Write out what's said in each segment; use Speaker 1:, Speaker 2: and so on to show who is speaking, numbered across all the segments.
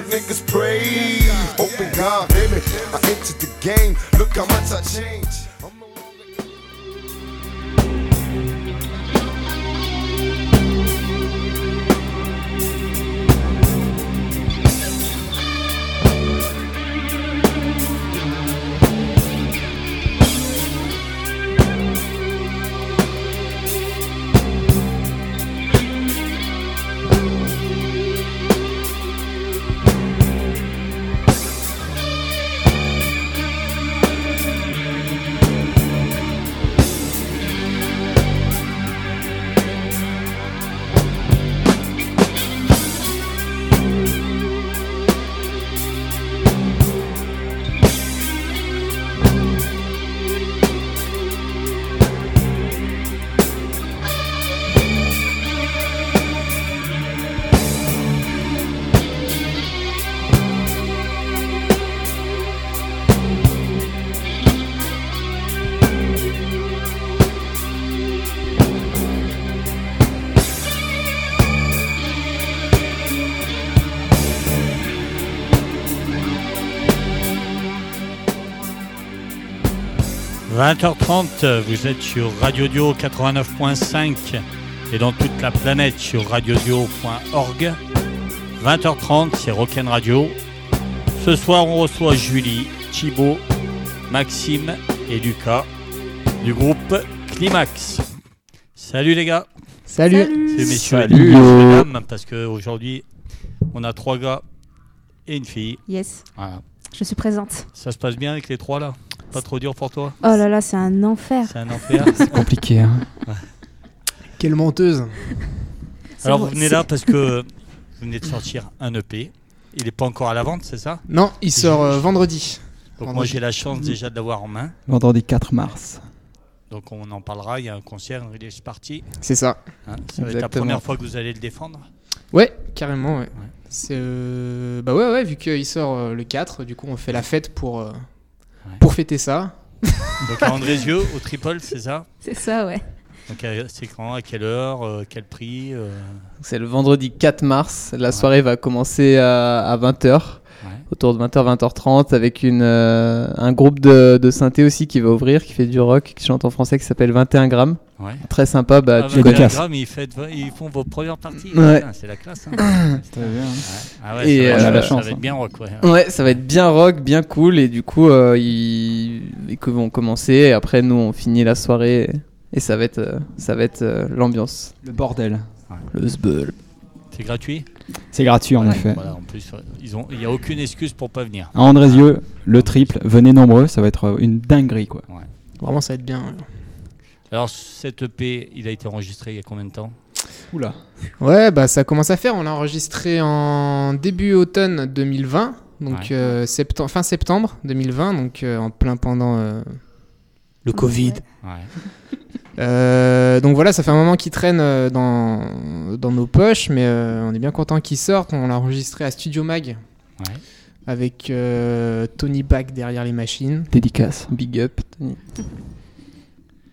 Speaker 1: niggas pray. Open God, baby. I entered the game. Look how much I changed. I'm no longer
Speaker 2: h 30 vous êtes sur Radio Dio 89.5 et dans toute la planète sur radiodio.org. 20h30, c'est Rock'n Radio. Ce soir, on reçoit Julie, Thibaut, Maxime et Lucas du groupe Climax. Salut les gars.
Speaker 3: Salut.
Speaker 2: Salut messieurs et
Speaker 4: Salut.
Speaker 2: mesdames, parce qu'aujourd'hui, on a trois gars et une fille.
Speaker 5: Yes,
Speaker 2: Voilà.
Speaker 5: je suis présente.
Speaker 2: Ça se passe bien avec les trois là Pas trop dur pour toi
Speaker 5: Oh là là, c'est un enfer.
Speaker 2: C'est un enfer
Speaker 4: C'est compliqué. Hein.
Speaker 3: Quelle menteuse.
Speaker 5: C'est
Speaker 2: Alors
Speaker 5: bon,
Speaker 2: vous venez
Speaker 5: c'est-
Speaker 2: là parce que vous venez de sortir un EP. Il n'est pas encore à la vente, c'est ça
Speaker 3: Non, il sort euh, vendredi.
Speaker 2: Donc moi
Speaker 3: Vendredi.
Speaker 2: j'ai la chance
Speaker 5: Mm.
Speaker 2: déjà de l'avoir en main.
Speaker 4: Vendredi 4 mars.
Speaker 2: Donc on en parlera, il y a un concert, un release party.
Speaker 3: C'est ça.
Speaker 2: hein. Ça va être la
Speaker 4: Exactement.
Speaker 2: première fois que vous allez le défendre.
Speaker 3: Ouais, carrément, ouais.
Speaker 2: Ouais.
Speaker 3: C'est euh, bah ouais ouais, vu qu'il sort euh, le 4, du coup on fait la fête pour euh,
Speaker 2: Ouais.
Speaker 3: pour fêter ça.
Speaker 2: Donc à Andrézieux, au Triple, c'est ça
Speaker 5: C'est ça, ouais.
Speaker 2: Donc euh, c'est quand, à quelle heure, euh, quel prix euh,
Speaker 6: C'est le vendredi 4 mars. La
Speaker 2: Ouais.
Speaker 6: soirée va commencer à, 20h,
Speaker 2: ouais.
Speaker 6: autour de 20h, 20h30, avec une, euh, un groupe de, de synthé aussi qui va ouvrir, qui fait du rock, qui chante en français, qui s'appelle 21 grammes.
Speaker 2: Ouais.
Speaker 6: Très sympa. Bah,
Speaker 2: Ah,
Speaker 6: tu
Speaker 2: 21
Speaker 6: connais.
Speaker 4: classe.
Speaker 2: grammes, ils, fêtent- ils font vos premières parties.
Speaker 6: Ouais.
Speaker 2: Putain, C'est la classe. hein. Ah ouais, ça,
Speaker 6: Et,
Speaker 2: va,
Speaker 6: euh,
Speaker 2: ça va-
Speaker 6: la
Speaker 2: ça
Speaker 4: chance,
Speaker 2: va être
Speaker 4: hein.
Speaker 2: bien rock. Ouais.
Speaker 6: Ouais, ça va être bien rock, bien cool, et du coup, euh, ils, ils vont commencer, et après, nous, on finit la soirée, et ça va être, euh, ça va être euh, l'ambiance.
Speaker 4: Le bordel.
Speaker 6: Le zbeul.
Speaker 2: C'est gratuit.
Speaker 4: C'est gratuit en effet.
Speaker 2: Voilà, en plus, euh, ils ont- il n'y a aucune excuse pour pas venir.
Speaker 4: À Andrézieux, le triple, venez nombreux, ça va être euh, une dinguerie quoi.
Speaker 3: Vraiment ça va être bien.
Speaker 2: Alors cet EP, il a été enregistré il y a combien de temps
Speaker 4: Oula.
Speaker 3: Ouais, Ouais, bah ça commence à faire, on l'a enregistré en début automne 2020. Donc
Speaker 2: Ouais.
Speaker 3: euh, septem- fin septembre 2020, donc euh, en plein pendant euh, le Covid.
Speaker 2: Ouais.
Speaker 3: Euh, donc voilà, ça fait un moment qu'il traîne euh, dans, dans nos poches, mais euh, on est bien content qu'il sorte. On l'a enregistré à Studio Mag
Speaker 2: Ouais.
Speaker 3: avec euh, Tony Bach derrière les machines.
Speaker 6: Dédicace. Big up, Tony.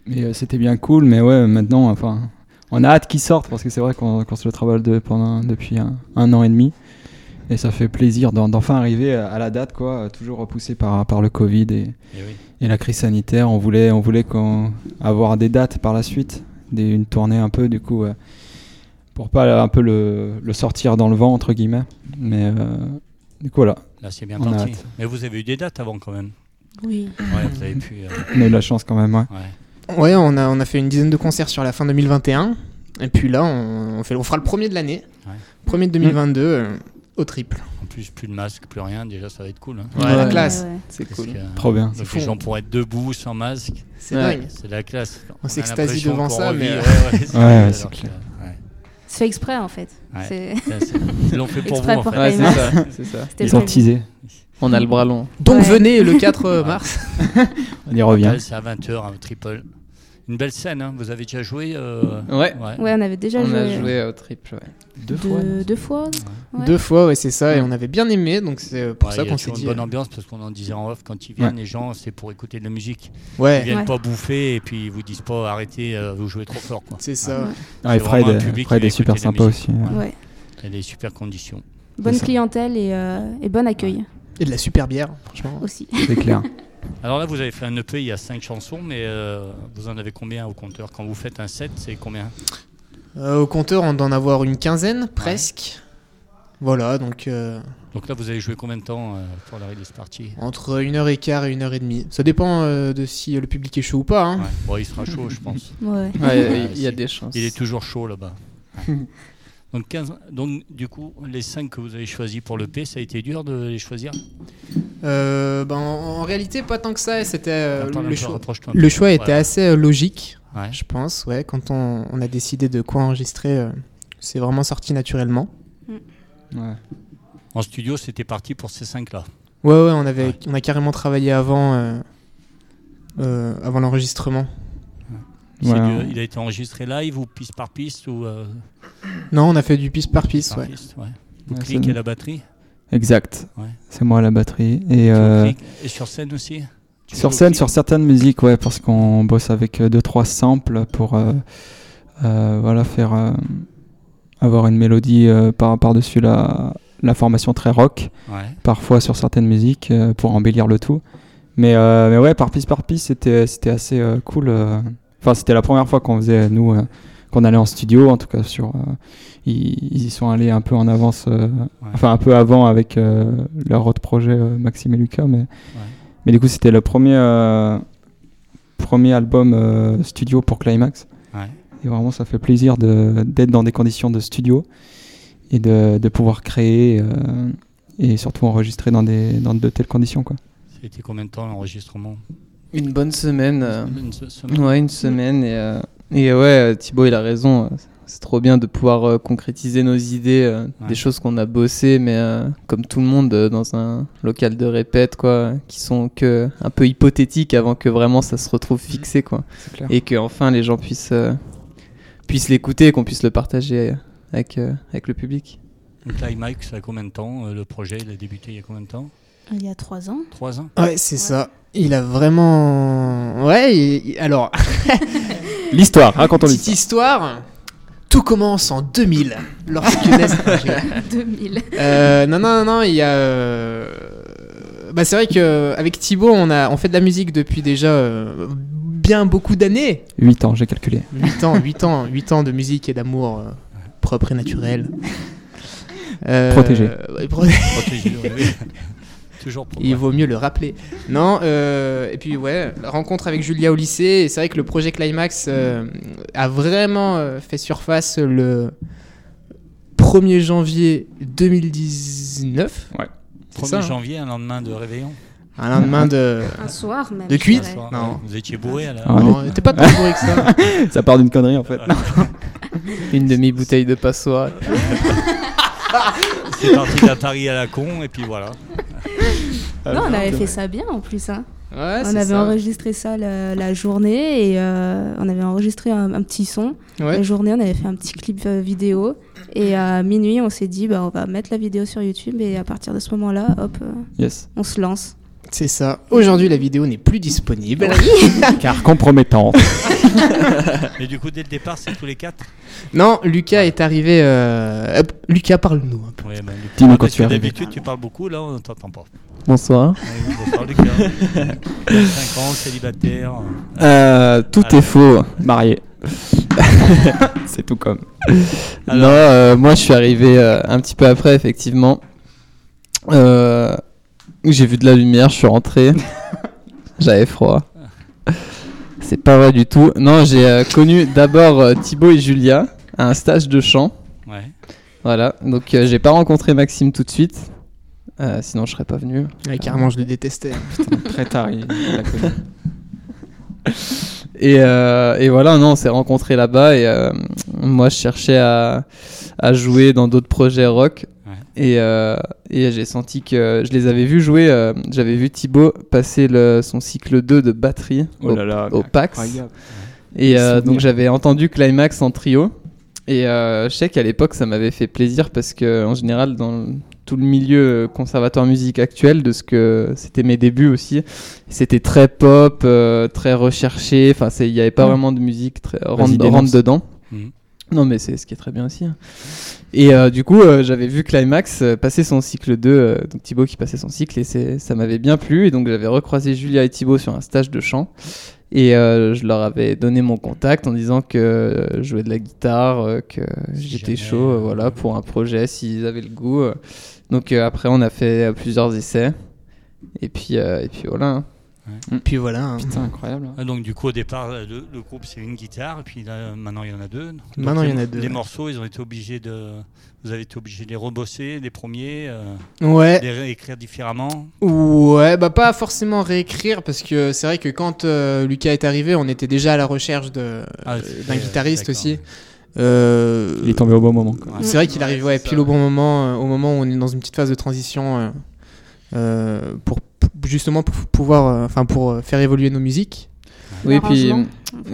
Speaker 4: Mais euh, c'était bien cool, mais ouais, maintenant, enfin, on a hâte qu'ils sortent parce que c'est vrai qu'on qu'on se le travaille de- pendant, depuis un, un an et demi. Et ça fait plaisir d'en- d'enfin arriver à à la date, quoi, euh, toujours repoussé par, par le Covid et,
Speaker 2: Et Eh oui.
Speaker 4: et la crise sanitaire. On voulait, on voulait qu'on- avoir des dates par la suite, des, une tournée un peu, du coup, euh, pour pas euh, un peu le, le sortir dans le vent, entre guillemets. Mais euh, du coup, voilà,
Speaker 2: Là, c'est bien
Speaker 4: On a
Speaker 2: parti.
Speaker 4: hâte.
Speaker 2: Mais vous avez eu des dates avant quand même.
Speaker 5: Oui.
Speaker 2: Ouais, vous avez pu. euh,
Speaker 4: on a eu la chance quand même, ouais.
Speaker 2: ouais.
Speaker 3: Ouais, on a, on a fait une dizaine de concerts sur la fin 2021. Et puis là, on, on fait, on fera le premier de l'année,
Speaker 2: Ouais.
Speaker 3: premier de 2022, euh, au triple.
Speaker 2: En plus, plus de masque, plus rien. Déjà, ça va être cool. hein.
Speaker 3: Ouais, la
Speaker 6: Ouais.
Speaker 3: classe.
Speaker 6: C'est
Speaker 2: Parce
Speaker 6: cool.
Speaker 2: que, euh,
Speaker 4: Trop bien.
Speaker 2: donc,
Speaker 3: fou.
Speaker 2: les gens pourraient être debout sans masque.
Speaker 3: C'est
Speaker 6: Ouais.
Speaker 3: dingue.
Speaker 2: C'est la classe. a
Speaker 3: s'extasie
Speaker 2: l'impression
Speaker 3: devant
Speaker 2: qu'on
Speaker 3: ça,
Speaker 2: revit.
Speaker 3: mais- euh,
Speaker 2: Ouais, ouais, c'est-
Speaker 4: Ouais, ouais,
Speaker 2: alors
Speaker 4: c'est
Speaker 2: que-
Speaker 4: clair.
Speaker 2: ouais.
Speaker 5: C'est fait exprès en fait.
Speaker 2: Ouais.
Speaker 5: C'est-
Speaker 2: Ça, c'est- Ils l'ont fait pour vous.
Speaker 5: Exprès
Speaker 2: En
Speaker 5: pour-
Speaker 2: fait.
Speaker 6: Ouais, c'est
Speaker 5: Ouais.
Speaker 6: ça, c'est ça.
Speaker 5: c'était
Speaker 4: Ils ont
Speaker 5: prévu.
Speaker 4: teasé,
Speaker 6: On a le bras long.
Speaker 3: Donc
Speaker 5: Ouais.
Speaker 3: venez le 4 mars.
Speaker 4: on y revient.
Speaker 2: Ouais, C'est à 20h, un triple. Une belle scène. hein. Vous avez déjà joué euh,
Speaker 6: Ouais.
Speaker 5: Ouais, on avait déjà
Speaker 6: On
Speaker 5: joué,
Speaker 6: a joué au triple, ouais.
Speaker 4: Deux
Speaker 5: deux, deux fois. Ouais.
Speaker 3: Deux fois, ouais, c'est ça. Et on avait bien aimé, donc c'est euh, pour
Speaker 2: Ouais,
Speaker 3: ça
Speaker 2: Bah, il y a
Speaker 3: qu'on s'est
Speaker 2: toujours
Speaker 3: dit.
Speaker 2: une bonne
Speaker 3: euh,
Speaker 2: ambiance parce qu'on en disait en off quand ils viennent les gens c'est pour écouter de la musique ils
Speaker 3: Ouais,
Speaker 2: viennent
Speaker 5: Ouais.
Speaker 2: pas bouffer et puis ils vous disent pas arrêtez euh, vous jouez trop fort quoi
Speaker 3: c'est ça.
Speaker 4: Ouais,
Speaker 2: C'est vraiment
Speaker 4: Fred,
Speaker 2: un public
Speaker 4: Fred
Speaker 2: qui va
Speaker 4: est
Speaker 2: écouter
Speaker 4: super
Speaker 2: la
Speaker 4: sympa
Speaker 2: musique.
Speaker 4: aussi. ouais.
Speaker 5: Ouais.
Speaker 2: il y a des super conditions
Speaker 5: Bonne
Speaker 4: C'est ça.
Speaker 5: clientèle et, euh, et bon accueil
Speaker 3: Et de la super bière, franchement.
Speaker 5: aussi.
Speaker 4: c'est clair.
Speaker 2: Alors là, vous avez fait un EP, il y a 5 chansons, mais euh, vous en avez combien au compteur Quand vous faites un set, c'est combien
Speaker 3: Euh, au compteur, on doit en avoir une quinzaine, presque. Voilà, donc euh,
Speaker 2: Donc là, vous avez joué combien de temps euh, pour la release party
Speaker 3: entre 1h15 et 1h30. Ça dépend euh, de si euh, le public est chaud ou pas. hein.
Speaker 2: Ouais. Bon, il sera chaud, je pense.
Speaker 5: Ouais.
Speaker 6: Ouais, il y a
Speaker 2: si.
Speaker 6: des chances.
Speaker 2: Il est toujours chaud là-bas. Donc, 15, donc, du coup, les 5 que vous avez choisis pour l'EP, ça a été dur de les choisir
Speaker 3: Euh, ben, en, en réalité, pas tant que ça. C'était euh,
Speaker 2: Attends,
Speaker 3: le,
Speaker 2: là,
Speaker 3: choix,
Speaker 2: rapproche-toi un
Speaker 3: le
Speaker 2: peu.
Speaker 3: choix était
Speaker 2: Ouais,
Speaker 3: assez euh, logique,
Speaker 2: ouais.
Speaker 3: je pense. Ouais, quand on, on a décidé de quoi enregistrer, euh, c'est vraiment sorti naturellement.
Speaker 4: Ouais.
Speaker 2: En studio, c'était parti pour ces 5-là.
Speaker 3: Ouais, ouais, on avait,
Speaker 2: Ouais.
Speaker 3: on a carrément travaillé avant, euh, euh, avant l'enregistrement.
Speaker 2: C'est
Speaker 4: Ouais,
Speaker 2: du-
Speaker 4: on-
Speaker 2: Il a été enregistré live ou piste par piste ou euh,
Speaker 3: Non, on a fait du piste par piste,
Speaker 2: par
Speaker 3: ouais.
Speaker 2: piste, ouais. Vous
Speaker 4: Ouais,
Speaker 2: cliquez
Speaker 4: c'est-
Speaker 2: à la batterie
Speaker 4: Exact.
Speaker 2: Ouais.
Speaker 4: C'est moi à la batterie. Et
Speaker 2: tu
Speaker 4: euh,
Speaker 2: cliques. Et sur scène aussi Tu
Speaker 4: sur
Speaker 2: joues au
Speaker 4: scène,
Speaker 2: clic
Speaker 4: sur certaines musiques, ouais, parce qu'on bosse avec 2-3 samples pour euh, euh, voilà, faire euh, avoir une mélodie euh, par- par-dessus la, la formation très rock,
Speaker 2: Ouais.
Speaker 4: parfois sur certaines musiques, euh, pour embellir le tout. Mais, euh, mais ouais, par piste par piste, c'était c'était assez euh, cool. euh. Enfin, c'était la première fois qu'on faisait, nous, euh, qu'on allait en studio, en tout cas, sur, euh, ils, ils y sont allés un peu en avance euh,
Speaker 2: Ouais.
Speaker 4: enfin un peu avant avec euh, leur autre projet euh, Maxime et Lucas mais mais du coup c'était le premier euh, premier album euh, studio pour Climax
Speaker 2: Ouais.
Speaker 4: et vraiment ça fait plaisir de d'être dans des conditions de studio et de, de pouvoir créer euh, et surtout enregistrer dans des dans de telles conditions quoi
Speaker 2: Ça a été combien de temps l'enregistrement
Speaker 6: Une bonne semaine. euh,
Speaker 2: Une se- semaine
Speaker 6: Ouais, une semaine. Et, euh, et ouais, euh, Thibaut, il a raison. euh, C'est trop bien de pouvoir euh, concrétiser nos idées, euh,
Speaker 2: Ouais.
Speaker 6: des choses qu'on a bossées, mais euh, comme tout le monde, euh, dans un local de répète, quoi, qui sont que un peu hypothétiques avant que vraiment ça se retrouve fixé, quoi.
Speaker 4: c'est clair
Speaker 6: Et que enfin les gens puissent, euh, puissent l'écouter et qu'on puisse le partager euh, avec, euh, avec le public.
Speaker 2: Climax, ça a combien de temps euh, Le projet, il a débuté il y a combien de temps
Speaker 5: Il y a trois ans.
Speaker 2: Trois ans
Speaker 3: Ouais, c'est ça. Il a vraiment. Ouais, il- il- alors,
Speaker 4: l'histoire raconte
Speaker 3: petite histoire. Tout commence en 2000, lorsque naissent-
Speaker 5: 2000.
Speaker 3: Euh, non, non, non, non, il y a. euh, Bah, c'est vrai qu'avec Thibaut, on, a, on fait de la musique depuis déjà euh, bien beaucoup d'années.
Speaker 4: 8 ans j'ai calculé
Speaker 3: 8 ans, 8 ans, 8 ans de musique et d'amour euh, propre et naturel. Euh,
Speaker 4: Protégé.
Speaker 3: ouais, protégé.
Speaker 2: Protégé, oui, oui. Toujours pour
Speaker 3: Il vaut mieux le rappeler. Non, euh, et puis ouais, la rencontre avec Julia au lycée, et c'est vrai que le projet Climax euh, a vraiment euh, fait surface le 1er janvier 2019.
Speaker 4: Ouais.
Speaker 3: C'est
Speaker 2: 1er
Speaker 3: ça, hein
Speaker 2: janvier, un lendemain de réveillon.
Speaker 3: Un lendemain de...
Speaker 5: Un soir même.
Speaker 3: De
Speaker 5: je
Speaker 3: cuite
Speaker 5: dirais.
Speaker 2: Soir,
Speaker 3: Non.
Speaker 2: ouais, Vous étiez bourré alors
Speaker 4: Ah,
Speaker 3: Non, t'es pas tant bourré que ça.
Speaker 4: ça part d'une connerie en fait
Speaker 6: Une demi-bouteille de passoire.
Speaker 2: C'est parti d'un pari à la con et puis voilà.
Speaker 5: Non, on avait fait ça bien en plus. hein. on
Speaker 3: Ouais, Ah, c'est
Speaker 5: avait
Speaker 3: ça.
Speaker 5: enregistré ça la, la journée et euh, on avait enregistré un, un petit son. La
Speaker 3: Ouais.
Speaker 5: journée, on avait fait un petit clip euh, vidéo et à minuit, on s'est dit bah, on va mettre la vidéo sur YouTube et à partir de ce moment-là, hop, euh,
Speaker 4: yes
Speaker 5: on se lance.
Speaker 3: C'est ça. Aujourd'hui, la vidéo n'est plus disponible.
Speaker 4: car compromettante
Speaker 2: Mais du coup, dès le départ, c'est tous les quatre
Speaker 3: Non, Lucas est arrivé... euh, hop, Lucas, parle-nous un peu.
Speaker 2: Oui, ben, Lucas.
Speaker 4: Dis-nous
Speaker 2: Ah,
Speaker 4: quand
Speaker 2: parce
Speaker 4: tu es
Speaker 2: que
Speaker 4: arrivé.
Speaker 2: D'habitude, tu parles beaucoup, là, on ne t'entend pas.
Speaker 6: Bonsoir.
Speaker 2: Ouais, oui, Bonsoir, Lucas. 5 ans, célibataire.
Speaker 4: Euh, tout
Speaker 2: Alors.
Speaker 4: est faux. Marié. c'est tout comme.
Speaker 2: Alors-
Speaker 6: Non, euh, moi je suis arrivé euh, un petit peu après, effectivement. Euh, j'ai vu de la lumière, je suis rentré. J'avais froid. C'est pas vrai du tout. Non, j'ai euh, connu d'abord euh, Thibaut et Julia à un stage de chant.
Speaker 2: Ouais.
Speaker 6: Voilà, donc euh, j'ai pas rencontré Maxime tout de suite. Euh, sinon, je serais pas venu.
Speaker 3: Ouais, carrément, je le détestais.
Speaker 4: Très tard, il l'a connu.
Speaker 6: Et, euh, et voilà, non, on s'est rencontrés là-bas et euh, moi je cherchais à, à jouer dans d'autres projets rock.
Speaker 2: Ouais.
Speaker 6: Et, euh, et j'ai senti que je les avais vus jouer. euh, J'avais vu Thibaut passer le, son cycle 2 de batterie
Speaker 4: Oh
Speaker 6: au-
Speaker 4: là là.
Speaker 6: au
Speaker 4: mais
Speaker 6: PAX.
Speaker 4: incroyable.
Speaker 6: Et euh,
Speaker 4: Souvenir.
Speaker 6: donc j'avais entendu Climax en trio. Et euh, je sais qu'à l'époque ça m'avait fait plaisir parce que en général dans le- tout le milieu euh, conservatoire musique actuel de ce que c'était mes débuts aussi, c'était très pop, euh, très recherché. Enfin c'est- il n'y avait pas
Speaker 4: Ouais.
Speaker 6: vraiment de musique très rentre,
Speaker 4: dénonce.
Speaker 6: rentre dedans.
Speaker 2: Mhm.
Speaker 6: Non, mais c'est ce qui est très bien aussi. hein. Et euh, du coup, euh, j'avais vu Climax euh, passer son cycle 2, euh, donc Thibaut qui passait son cycle, et c'est- ça m'avait bien plu. Et donc, j'avais recroisé Julia et Thibaut sur un stage de chant. Et euh, je leur avais donné mon contact en disant que euh, je jouais de la guitare, euh, que
Speaker 2: Si
Speaker 6: j'étais
Speaker 2: jamais,
Speaker 6: chaud euh,
Speaker 2: euh,
Speaker 6: voilà, pour un projet, s'ils avaient le goût. euh. Donc, euh, après, on a fait euh, plusieurs essais. Et puis, euh, et puis voilà. hein.
Speaker 7: Puis voilà. hein.
Speaker 4: Putain, incroyable. hein.
Speaker 2: Ah, donc du coup au départ euh, le, le groupe c'est une guitare et puis là maintenant il y en a deux. Donc,
Speaker 7: Maintenant, il y
Speaker 2: les-
Speaker 7: en a deux,
Speaker 2: Les
Speaker 7: ouais.
Speaker 2: morceaux ils ont été obligés de vous avez été obligés de les rebosser les premiers, euh,
Speaker 7: Ouais.
Speaker 2: les réécrire différemment.
Speaker 7: Ouais, bah pas forcément réécrire parce que c'est vrai que quand euh, Lucas est arrivé, on était déjà à la recherche de
Speaker 2: Ah,
Speaker 7: euh,
Speaker 2: c'était,
Speaker 7: d'un
Speaker 2: euh,
Speaker 7: guitariste
Speaker 2: d'accord.
Speaker 7: aussi. Euh,
Speaker 4: Il est tombé au bon moment. quoi.
Speaker 7: c'est vrai qu'il arrive ouais,
Speaker 6: c'est
Speaker 7: pile
Speaker 6: ça.
Speaker 7: au bon moment, euh, au moment où on est dans une petite phase de transition euh, euh, pour pour- justement pour pouvoir, euh, enfin pour euh, faire évoluer nos musiques.
Speaker 6: Oui, puis
Speaker 5: L'arrangement.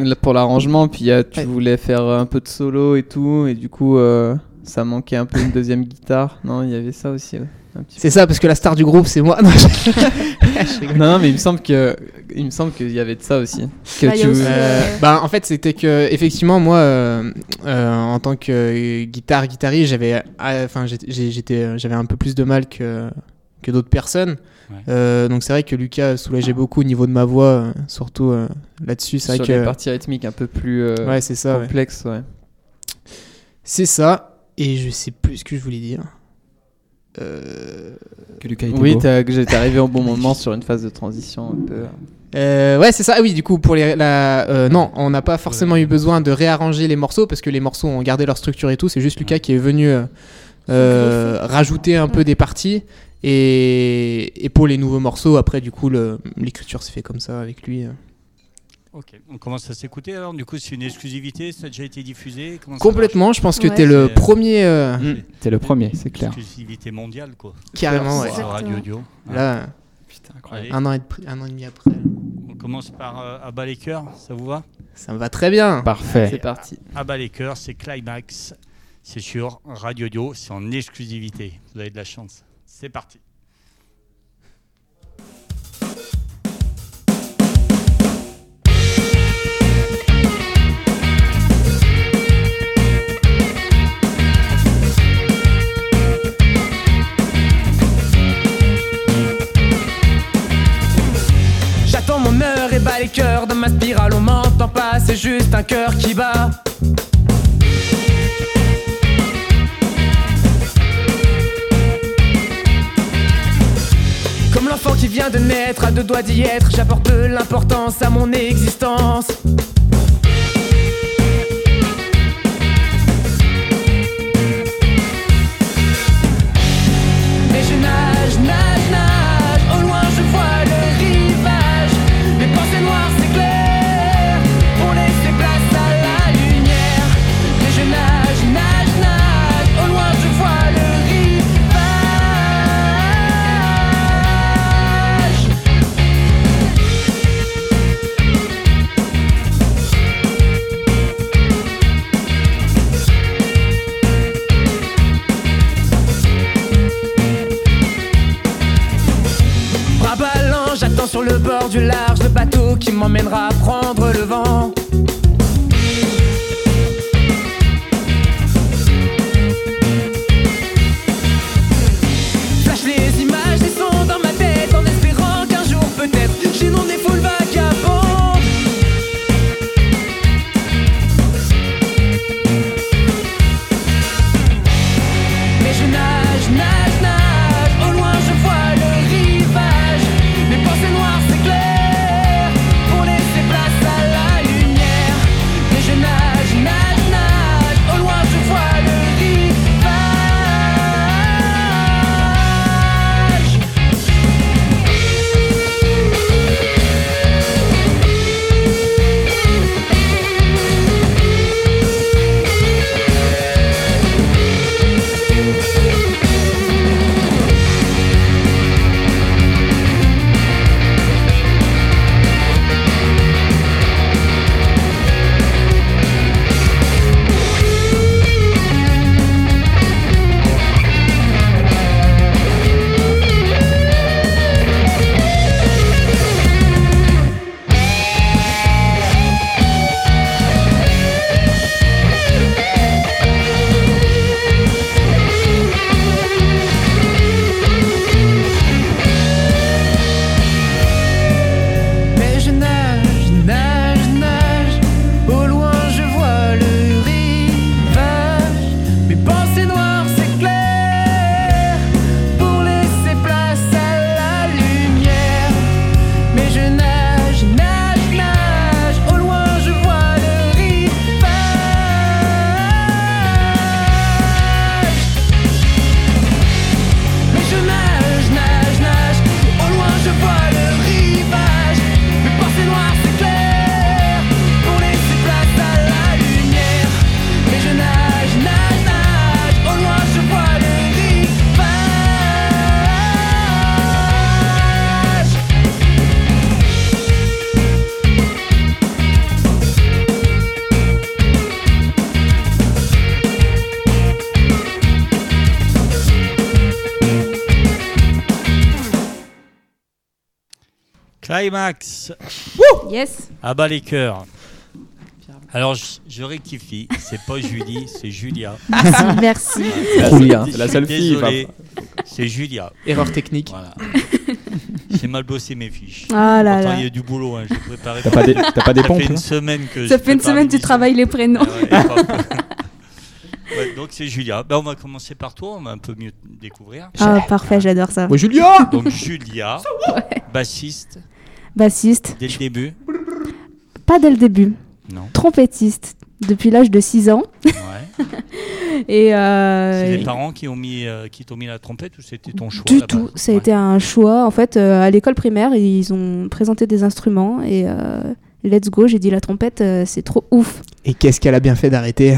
Speaker 6: là, pour l'arrangement, puis euh, tu
Speaker 7: Ouais.
Speaker 6: voulais faire un peu de solo et tout, et du coup, euh, ça manquait un peu une deuxième guitare. Non, il y avait ça aussi. ouais, un petit
Speaker 7: C'est ça parce que la star du groupe c'est moi. Non, je-
Speaker 6: peu.
Speaker 7: je rigole.
Speaker 6: Non, non, mais il me semble que il me semble qu'il y avait de ça aussi. Que
Speaker 5: Bah, il y a
Speaker 6: tu
Speaker 5: aussi,
Speaker 6: voulais-
Speaker 5: Euh,
Speaker 7: Bah, en fait, c'était que effectivement, moi, euh, euh, en tant que euh, guitare guitariste, j'avais, euh, enfin, j'étais- j'ai- j'étais, euh, j'avais un peu plus de mal que que d'autres personnes.
Speaker 2: Ouais.
Speaker 7: Euh, donc c'est vrai que Lucas soulageait beaucoup au niveau de ma voix, euh, surtout euh, là-dessus. C'est
Speaker 6: sur
Speaker 7: vrai
Speaker 6: les
Speaker 7: que
Speaker 6: parties rythmiques un peu plus euh,
Speaker 7: ouais, c'est ça. ouais.
Speaker 6: complexes, ouais.
Speaker 7: C'est ça. Et je sais plus ce que je voulais dire. Euh,
Speaker 4: Que Lucas était
Speaker 6: Oui,
Speaker 4: beau.
Speaker 6: t'as- que j'étais arrivé au bon moment sur une phase de transition un peu.
Speaker 7: euh, ouais, c'est ça. Ah oui, du coup, pour les, la, euh, non, on n'a pas forcément eu besoin de réarranger les morceaux parce que les morceaux ont gardé leur structure et tout. C'est juste Lucas qui est venu euh, euh, rajouter un peu des parties. Et, et pour les nouveaux morceaux, après, du coup, le- l'écriture s'est fait comme ça avec lui. euh.
Speaker 2: Ok. On commence à s'écouter alors. Du coup c'est une exclusivité. Ça a déjà été diffusé. Comment ça
Speaker 7: Complètement, je pense que
Speaker 5: Ouais.
Speaker 7: t'es le
Speaker 2: C'est, euh,
Speaker 7: premier, euh,
Speaker 2: marche
Speaker 4: Mm. T'es le premier, c'est
Speaker 2: C'est une
Speaker 4: clair.
Speaker 2: Exclusivité mondiale quoi.
Speaker 7: carrément, ouais.
Speaker 5: C'est ça.
Speaker 2: Sur Radio Audio. Ah.
Speaker 7: Là,
Speaker 4: Putain,
Speaker 2: Allez,
Speaker 7: un an, et, de- un an et demi après,
Speaker 2: on commence par euh, Abat les cœurs. Ça vous va?
Speaker 7: ça me va très bien.
Speaker 4: Parfait.
Speaker 6: C'est parti.
Speaker 2: à bas les cœurs, c'est Climax, c'est sur Radio Dio, c'est en exclusivité. Vous avez de la chance. C'est parti.
Speaker 3: J'attends mon heure et bats les cœurs dans ma spirale. On m'entend pas, c'est juste un cœur qui bat. Comme l'enfant qui vient de naître, à deux doigts d'y être, j'apporte de l'importance à mon existence. Mais je nage, nage, nage, au loin je vois le rivage. Mes pensées noires s'éclairent pour laisser place à la lumière. Mais je nage, nage, nage, au loin je vois le rivage. Bras ballants, j'attends sur le bord du large le bateau qui m'emmènera prendre le vent. Flash les images, les sons dans ma tête en espérant qu'un jour peut-être j'inonde les foules vagabondes. Mais je nage, nage, nage, au loin je vois le rivage. Mes pensées noires s'éclairent pour laisser place à la lumière.
Speaker 2: Climax,
Speaker 5: Yes.
Speaker 2: à bas les cœurs. Alors, je, je rectifie, c'est pas Julie, c'est Julia. Ah,
Speaker 5: Merci.
Speaker 6: Julia.
Speaker 4: C'est la seule fille,
Speaker 2: Désolé, c'est Julia.
Speaker 7: Erreur technique.
Speaker 2: Voilà. J'ai mal bossé mes fiches.
Speaker 5: Ah là
Speaker 2: Pourtant,
Speaker 5: là.
Speaker 2: il y a du boulot, hein, j'ai préparé.
Speaker 4: T'as pas des, t'as pas des
Speaker 2: Ça
Speaker 4: pompes hein
Speaker 2: fait une
Speaker 4: là
Speaker 2: semaine que
Speaker 5: Ça
Speaker 2: je
Speaker 5: fait une
Speaker 2: prépare
Speaker 5: semaine que tu
Speaker 2: l'émission.
Speaker 5: travailles les prénoms.
Speaker 2: Ouais, et hop. Ouais, donc c'est Julia. Ben, on va commencer par toi, on va un peu mieux te découvrir.
Speaker 5: Ah, parfait, j'adore ça.
Speaker 7: Bon, Julia
Speaker 2: Donc Julia, bassiste,
Speaker 5: Bassiste,
Speaker 2: dès le début.
Speaker 5: pas dès le début,
Speaker 2: Non.
Speaker 5: trompettiste depuis l'âge de 6 ans.
Speaker 2: Ouais.
Speaker 5: Et euh,
Speaker 2: C'est les
Speaker 5: et-
Speaker 2: parents qui ont mis, euh, qui t'ont mis la trompette ou c'était ton choix
Speaker 5: Du
Speaker 2: là-bas
Speaker 5: tout, ça a
Speaker 2: Ouais.
Speaker 5: été un choix. En fait, euh, à l'école primaire, ils ont présenté des instruments et euh, let's go, j'ai dit la trompette, euh, c'est trop ouf.
Speaker 7: Et qu'est-ce qu'elle a bien fait d'arrêter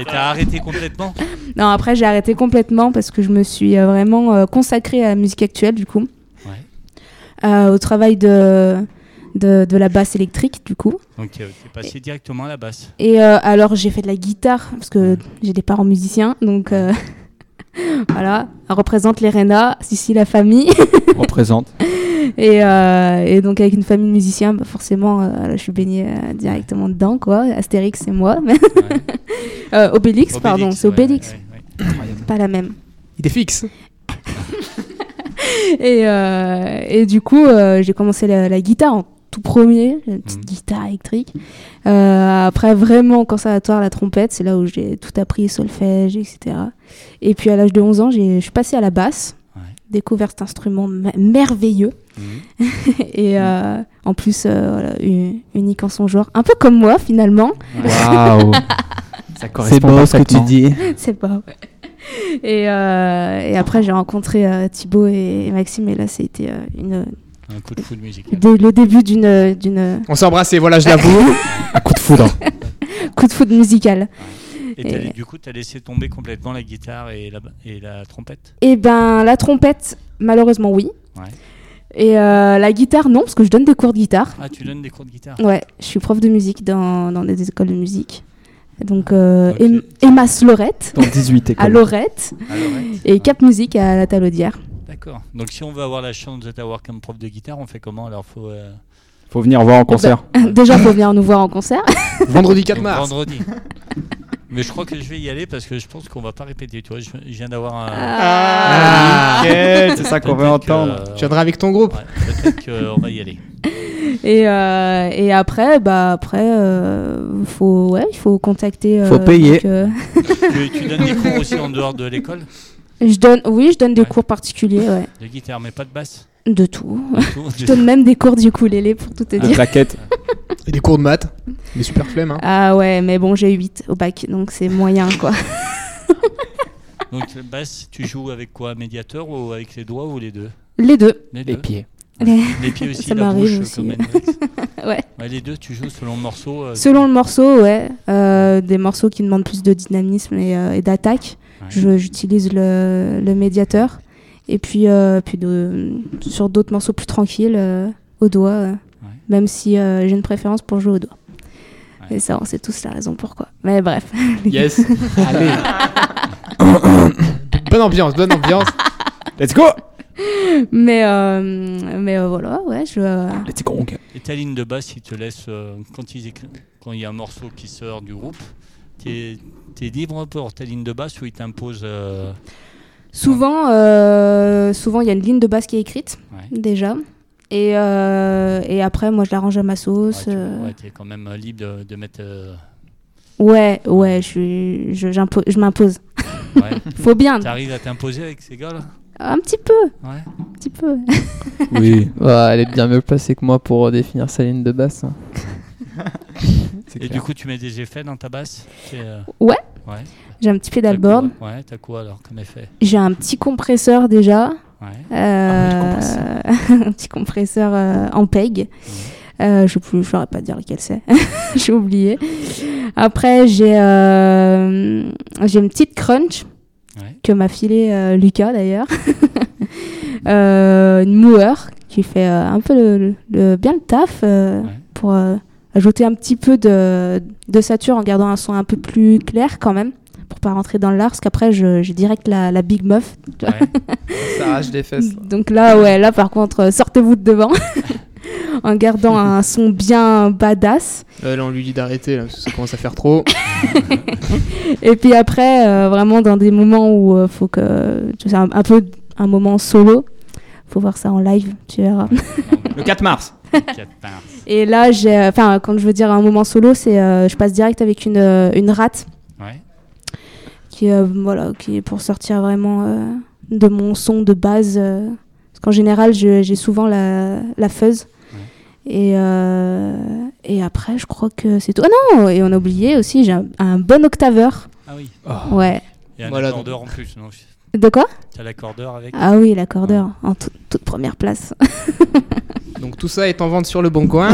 Speaker 2: Et t'as arrêté complètement
Speaker 5: Non, après, j'ai arrêté complètement parce que je me suis euh, vraiment euh, consacrée à la musique actuelle, du coup. Euh, au travail de, de, de la basse électrique, du coup.
Speaker 2: Donc euh, t'es passé directement à la basse.
Speaker 5: Et euh, alors, j'ai fait de la guitare parce
Speaker 2: Mm.
Speaker 5: que j'ai des parents musiciens, donc euh, voilà, on représente les Renas, ici la famille.
Speaker 4: Représente.
Speaker 5: Et, euh, et donc avec une famille de musiciens, bah forcément, euh, voilà, je suis baignée euh, directement dedans, quoi. Astérix, c'est moi. mais-
Speaker 2: Ouais.
Speaker 5: Euh, Obélix, pardon, c'est
Speaker 2: ouais,
Speaker 5: Obélix,
Speaker 2: ouais, ouais, ouais.
Speaker 5: pas la même.
Speaker 7: Il est fixe.
Speaker 5: Et, euh, et du coup, euh, j'ai commencé la, la guitare en tout premier, une petite
Speaker 2: Mhm.
Speaker 5: guitare électrique. Euh, après, vraiment, au conservatoire, la trompette, c'est là où j'ai tout appris, solfège, etc. Et puis à l'âge de 11 ans, j'ai- je suis passée à la basse,
Speaker 2: Ouais.
Speaker 5: découvert cet instrument mer- merveilleux.
Speaker 2: Mhm.
Speaker 5: et euh, en plus euh, voilà, u- unique en son genre, un peu comme moi finalement,
Speaker 4: Waouh Ça
Speaker 6: C'est
Speaker 4: correspond
Speaker 6: beau ce que tu
Speaker 4: parfaitement.
Speaker 6: dis.
Speaker 5: c'est pas vrai. Et, euh, et après j'ai rencontré euh, Thibaut et, et Maxime et là c'était euh, une-
Speaker 2: Un coup de foudre musical.
Speaker 5: dès le début d'une d'une
Speaker 7: On s'est embrassés, voilà, je l'avoue.
Speaker 4: Un coup de foudre.
Speaker 5: coup de foudre musical.
Speaker 2: Et, t'as-
Speaker 5: Et-
Speaker 2: du coup, t'as laissé tomber complètement la guitare et la, et la trompette.
Speaker 5: Et ben la trompette malheureusement oui.
Speaker 2: Ouais.
Speaker 5: Et euh, la guitare non parce que je donne des cours de guitare.
Speaker 2: Ah, tu donnes des cours de guitare
Speaker 5: Ouais, je suis prof de musique dans, dans des écoles de musique. Donc euh,
Speaker 2: Ok.
Speaker 5: Em- Emma Slorette
Speaker 4: Dans 18 écoles.
Speaker 5: à Lorette
Speaker 2: à l'oreille
Speaker 5: et Cap Musique à la Talaudière.
Speaker 2: Ah, D'accord. Donc si on veut avoir la chance de t'avoir comme prof de guitare, on fait comment Alors faut euh,
Speaker 4: Faut venir voir en concert.
Speaker 5: Déjà faut venir nous voir en concert.
Speaker 7: Vendredi 4
Speaker 2: donc
Speaker 7: mars.
Speaker 2: vendredi. Mais je crois que je vais y aller parce que je pense qu'on va pas répéter. Tu vois, je je viens d'avoir un.
Speaker 5: Ah.
Speaker 4: Nickel, c'est ça qu'on veut
Speaker 2: peut-être que,
Speaker 4: entendre.
Speaker 2: euh,
Speaker 7: Tu viendras avec ton groupe.
Speaker 2: ouais, Peut-être qu'on va y aller.
Speaker 5: Et, euh, et après, bah après, euh, faut ouais, il faut contacter. euh,
Speaker 6: Faut payer.
Speaker 5: donc, euh,
Speaker 2: Tu, tu donnes des cours aussi en dehors de l'école
Speaker 5: je donne, oui, je donne des
Speaker 2: Ouais.
Speaker 5: cours particuliers, ouais,
Speaker 2: de guitare, mais pas de basse.
Speaker 5: de tout.
Speaker 2: du tout.
Speaker 5: Je donne même des cours d'ukulélé pour tout te
Speaker 4: La
Speaker 5: dire.
Speaker 4: plaquette.
Speaker 7: Et des cours de maths. Mais super flemme, hein.
Speaker 5: Ah ouais, mais bon, j'ai 8 au bac, donc c'est moyen quoi.
Speaker 2: Donc basse, tu joues avec quoi Médiateur ou avec les doigts ou les deux
Speaker 5: Les deux.
Speaker 2: Les
Speaker 4: Les
Speaker 2: deux.
Speaker 4: pieds.
Speaker 5: Les-
Speaker 2: Les pieds aussi,
Speaker 5: Ça
Speaker 2: la
Speaker 5: m'arrive
Speaker 2: bouche
Speaker 5: aussi.
Speaker 2: comme Hendrix.
Speaker 5: Ouais.
Speaker 2: Ouais, les deux, tu joues selon le morceau. euh,
Speaker 5: Selon le morceau, ouais, euh, des morceaux qui demandent plus de dynamisme et, euh, et d'attaque,
Speaker 2: Ouais.
Speaker 5: je- j'utilise le, le médiateur. Et puis, euh, puis de- sur d'autres morceaux plus tranquilles, euh, au doigt, euh,
Speaker 2: Ouais.
Speaker 5: même si euh, j'ai une préférence pour jouer au doigt.
Speaker 2: Ouais.
Speaker 5: Et ça, on sait tous la raison pourquoi. Mais bref.
Speaker 4: Yes.
Speaker 7: Allez. bonne ambiance, bonne ambiance.
Speaker 4: Let's go
Speaker 5: Mais, euh, mais euh, voilà, ouais, je.
Speaker 4: Let's go.
Speaker 2: Et ta ligne de basse, ils te laissent, euh, quand, ils écri- quand il y a un morceau qui sort du groupe, t'es es libre pour ta ligne de basse ou ils t'imposent. euh,
Speaker 5: Souvent, euh, souvent, il y a une ligne de basse qui est écrite,
Speaker 2: ouais.
Speaker 5: déjà. Et, euh, et après, moi, je l'arrange à ma
Speaker 2: Ouais,
Speaker 5: sauce.
Speaker 2: tu
Speaker 5: euh,
Speaker 2: ouais, t'es quand même euh, libre de, de mettre. euh,
Speaker 5: Ouais, ouais, je, suis- je, j'impo- je m'impose.
Speaker 2: ouais.
Speaker 5: Faut bien.
Speaker 2: T'arrives à t'imposer avec ces gars-là
Speaker 5: Un petit peu,
Speaker 2: Ouais.
Speaker 5: un petit peu.
Speaker 4: Oui.
Speaker 6: Ouais, elle est bien mieux placée que moi pour euh, définir sa ligne de basse. hein.
Speaker 2: Et du coup, tu mets des effets dans ta basse C'est, euh,
Speaker 5: Ouais.
Speaker 2: Ouais.
Speaker 5: J'ai un petit
Speaker 2: T'as
Speaker 5: pédalboard.
Speaker 2: quoi- Ouais, t'as quoi alors comme effet
Speaker 5: J'ai un petit compresseur déjà.
Speaker 2: Ouais.
Speaker 5: Euh, un petit compresseur euh, en PEG. Euh, je ne saurais pas dire lequel c'est. j'ai oublié. Après, j'ai euh, j'ai une petite crunch
Speaker 2: Ouais.
Speaker 5: que m'a filé euh, Lucas d'ailleurs. Euh, une moeur qui fait euh, un peu le, le- le- bien le taf euh,
Speaker 2: Ouais.
Speaker 5: pour euh, ajouter un petit peu de, de sature en gardant un son un peu plus clair quand même pour pas rentrer dans l'art, parce qu'après, je- j'ai direct la, la big meuf.
Speaker 2: Ouais.
Speaker 6: Ça arrache des fesses.
Speaker 5: Donc là, ouais, là par contre, euh, sortez-vous de devant en gardant un son bien badass.
Speaker 7: Euh, là, on lui dit d'arrêter, là, parce que ça commence à faire trop.
Speaker 5: Et puis après, euh, vraiment dans des moments où euh, faut que. Tu sais, un, un peu un moment solo. Faut voir ça en live, tu verras.
Speaker 4: Le 4 mars.
Speaker 5: Et là, j'ai. euh, Enfin, quand je veux dire un moment solo, c'est. euh, je passe direct avec une, euh, une rate
Speaker 2: Ouais.
Speaker 5: qui, euh, voilà, qui est pour sortir vraiment euh, de mon son de base. euh, parce qu'en général, je- j'ai souvent la, la fuzz. Et, euh, et après, je crois que c'est tout. Ah non Et on a oublié aussi, j'ai un, un bon octaveur.
Speaker 2: Ah oui.
Speaker 5: Ouais.
Speaker 2: Il y a un
Speaker 7: Voilà, donc-
Speaker 2: accordeur en plus, non
Speaker 5: De quoi
Speaker 2: T'as l'accordeur avec
Speaker 5: Ah oui, l'accordeur, en tout- toute première place.
Speaker 7: Donc tout ça est en vente sur le bon coin.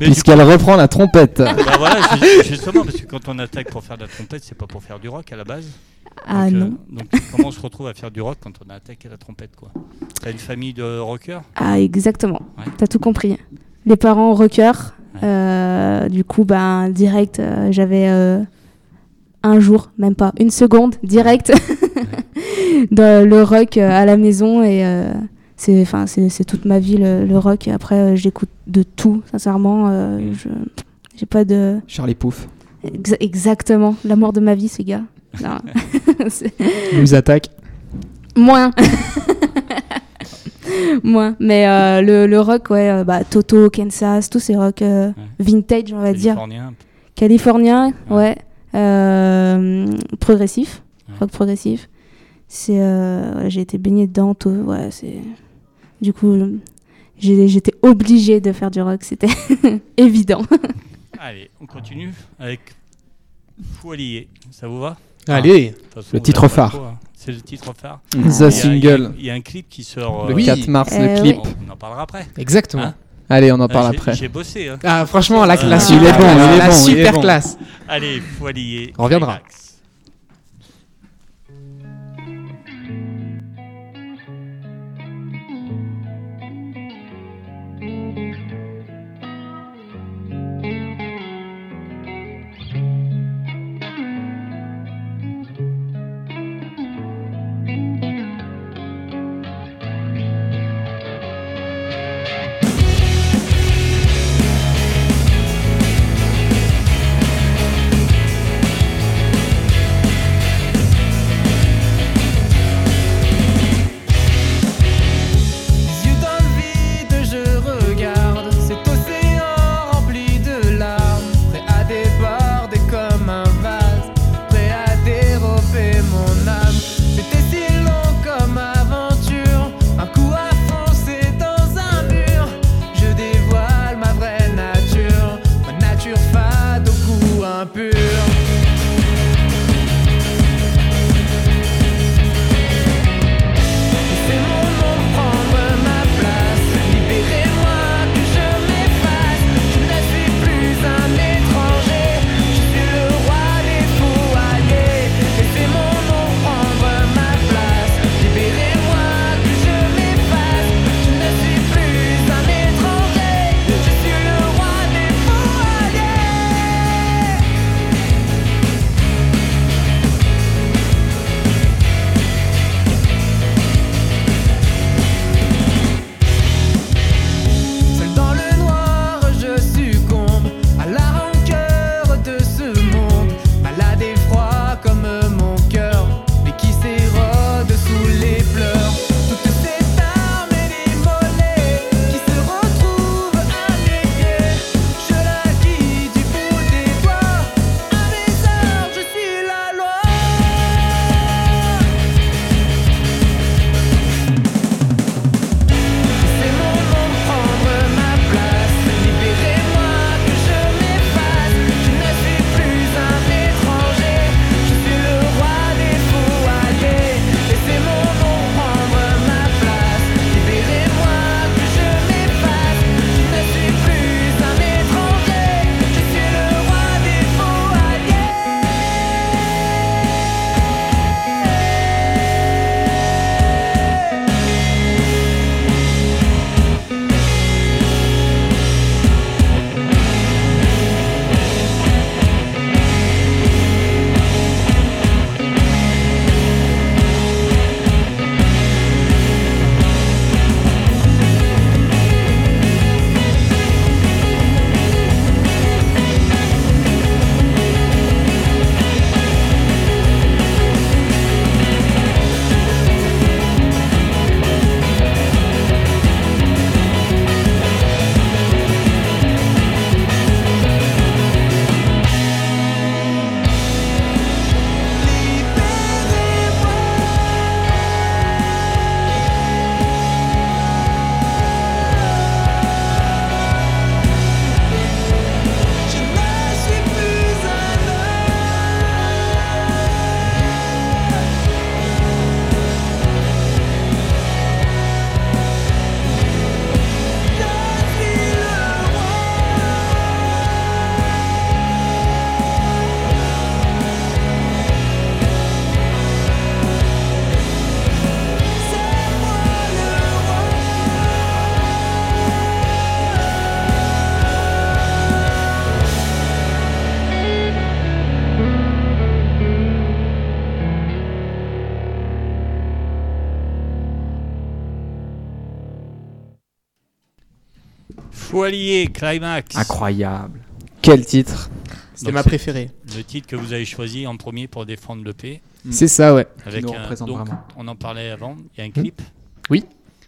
Speaker 2: Mais du
Speaker 6: Puisqu'elle reprend la trompette.
Speaker 2: Bah voilà, ju- justement, parce que quand on attaque pour faire de la trompette, c'est pas pour faire du rock à la base.
Speaker 5: Ah
Speaker 2: donc, euh,
Speaker 5: non.
Speaker 2: donc comment on se retrouve à faire du rock quand on a attaqué la trompette quoi T'as une famille de rockers
Speaker 5: Ah, exactement.
Speaker 2: Ouais.
Speaker 5: T'as tout compris. Les parents rockers. euh, du coup, ben, direct, euh, j'avais euh, un jour, même pas une seconde, direct, dans le rock euh, à la maison. Et euh, c'est, enfin, c'est, c'est toute ma vie le, le rock. Après, euh, j'écoute de tout, sincèrement. euh, je, j'ai pas de.
Speaker 4: Charlie Pouf.
Speaker 5: Exa- exactement. L'amour de ma vie, ce gars. Non. C'est-
Speaker 7: Il nous attaque.
Speaker 5: Moins. Moins. Mais euh, le, le rock, ouais, euh, bah, Toto, Kansas, tous ces rocks euh, vintage, on va dire.
Speaker 2: Californiens
Speaker 5: Californien,
Speaker 2: Ouais.
Speaker 5: ouais. Euh, progressif,
Speaker 2: Ouais.
Speaker 5: rock progressif. C'est, euh, voilà, j'ai été baignée dedans, tout, ouais, c'est... Du coup, j'ai- j'étais obligée de faire du rock, c'était évident.
Speaker 2: Allez, on continue avec Foualier. Ça vous va Ah,
Speaker 7: Allez
Speaker 2: De toute façon,
Speaker 4: Le
Speaker 2: vous
Speaker 4: titre
Speaker 2: avez pas
Speaker 4: phare.
Speaker 2: trop, hein. C'est le titre phare.
Speaker 6: The
Speaker 2: Il y a- il y a-
Speaker 6: single.
Speaker 2: Il y a un clip qui sort.
Speaker 6: Le
Speaker 2: euh,
Speaker 7: Oui.
Speaker 6: 4 mars,
Speaker 5: Euh,
Speaker 6: le
Speaker 5: oui.
Speaker 6: clip.
Speaker 2: On en parlera après.
Speaker 7: Exactement.
Speaker 2: Hein
Speaker 6: Allez, on en
Speaker 2: Ah,
Speaker 6: parle
Speaker 2: j'ai-
Speaker 6: après.
Speaker 2: J'ai bossé. hein.
Speaker 7: Ah, franchement, la, la
Speaker 2: Ah,
Speaker 7: super,
Speaker 6: il est bon, il est
Speaker 7: la
Speaker 6: bon, il est
Speaker 7: super
Speaker 6: bon.
Speaker 7: classe.
Speaker 2: Allez, Foualier.
Speaker 7: On reviendra.
Speaker 2: Relax.
Speaker 3: J'ai
Speaker 2: Foilier Climax.
Speaker 4: Incroyable.
Speaker 6: Quel titre
Speaker 7: C'était
Speaker 2: Donc,
Speaker 7: ma
Speaker 2: c'est-
Speaker 7: préférée.
Speaker 2: Le titre que vous avez choisi en premier pour défendre le P.
Speaker 4: Mm.
Speaker 7: C'est ça, ouais. Mm.
Speaker 2: Avec
Speaker 4: nous
Speaker 2: un-
Speaker 4: représente
Speaker 2: donc,
Speaker 4: vraiment.
Speaker 2: On en parlait avant. Il y a un clip.
Speaker 7: Ah,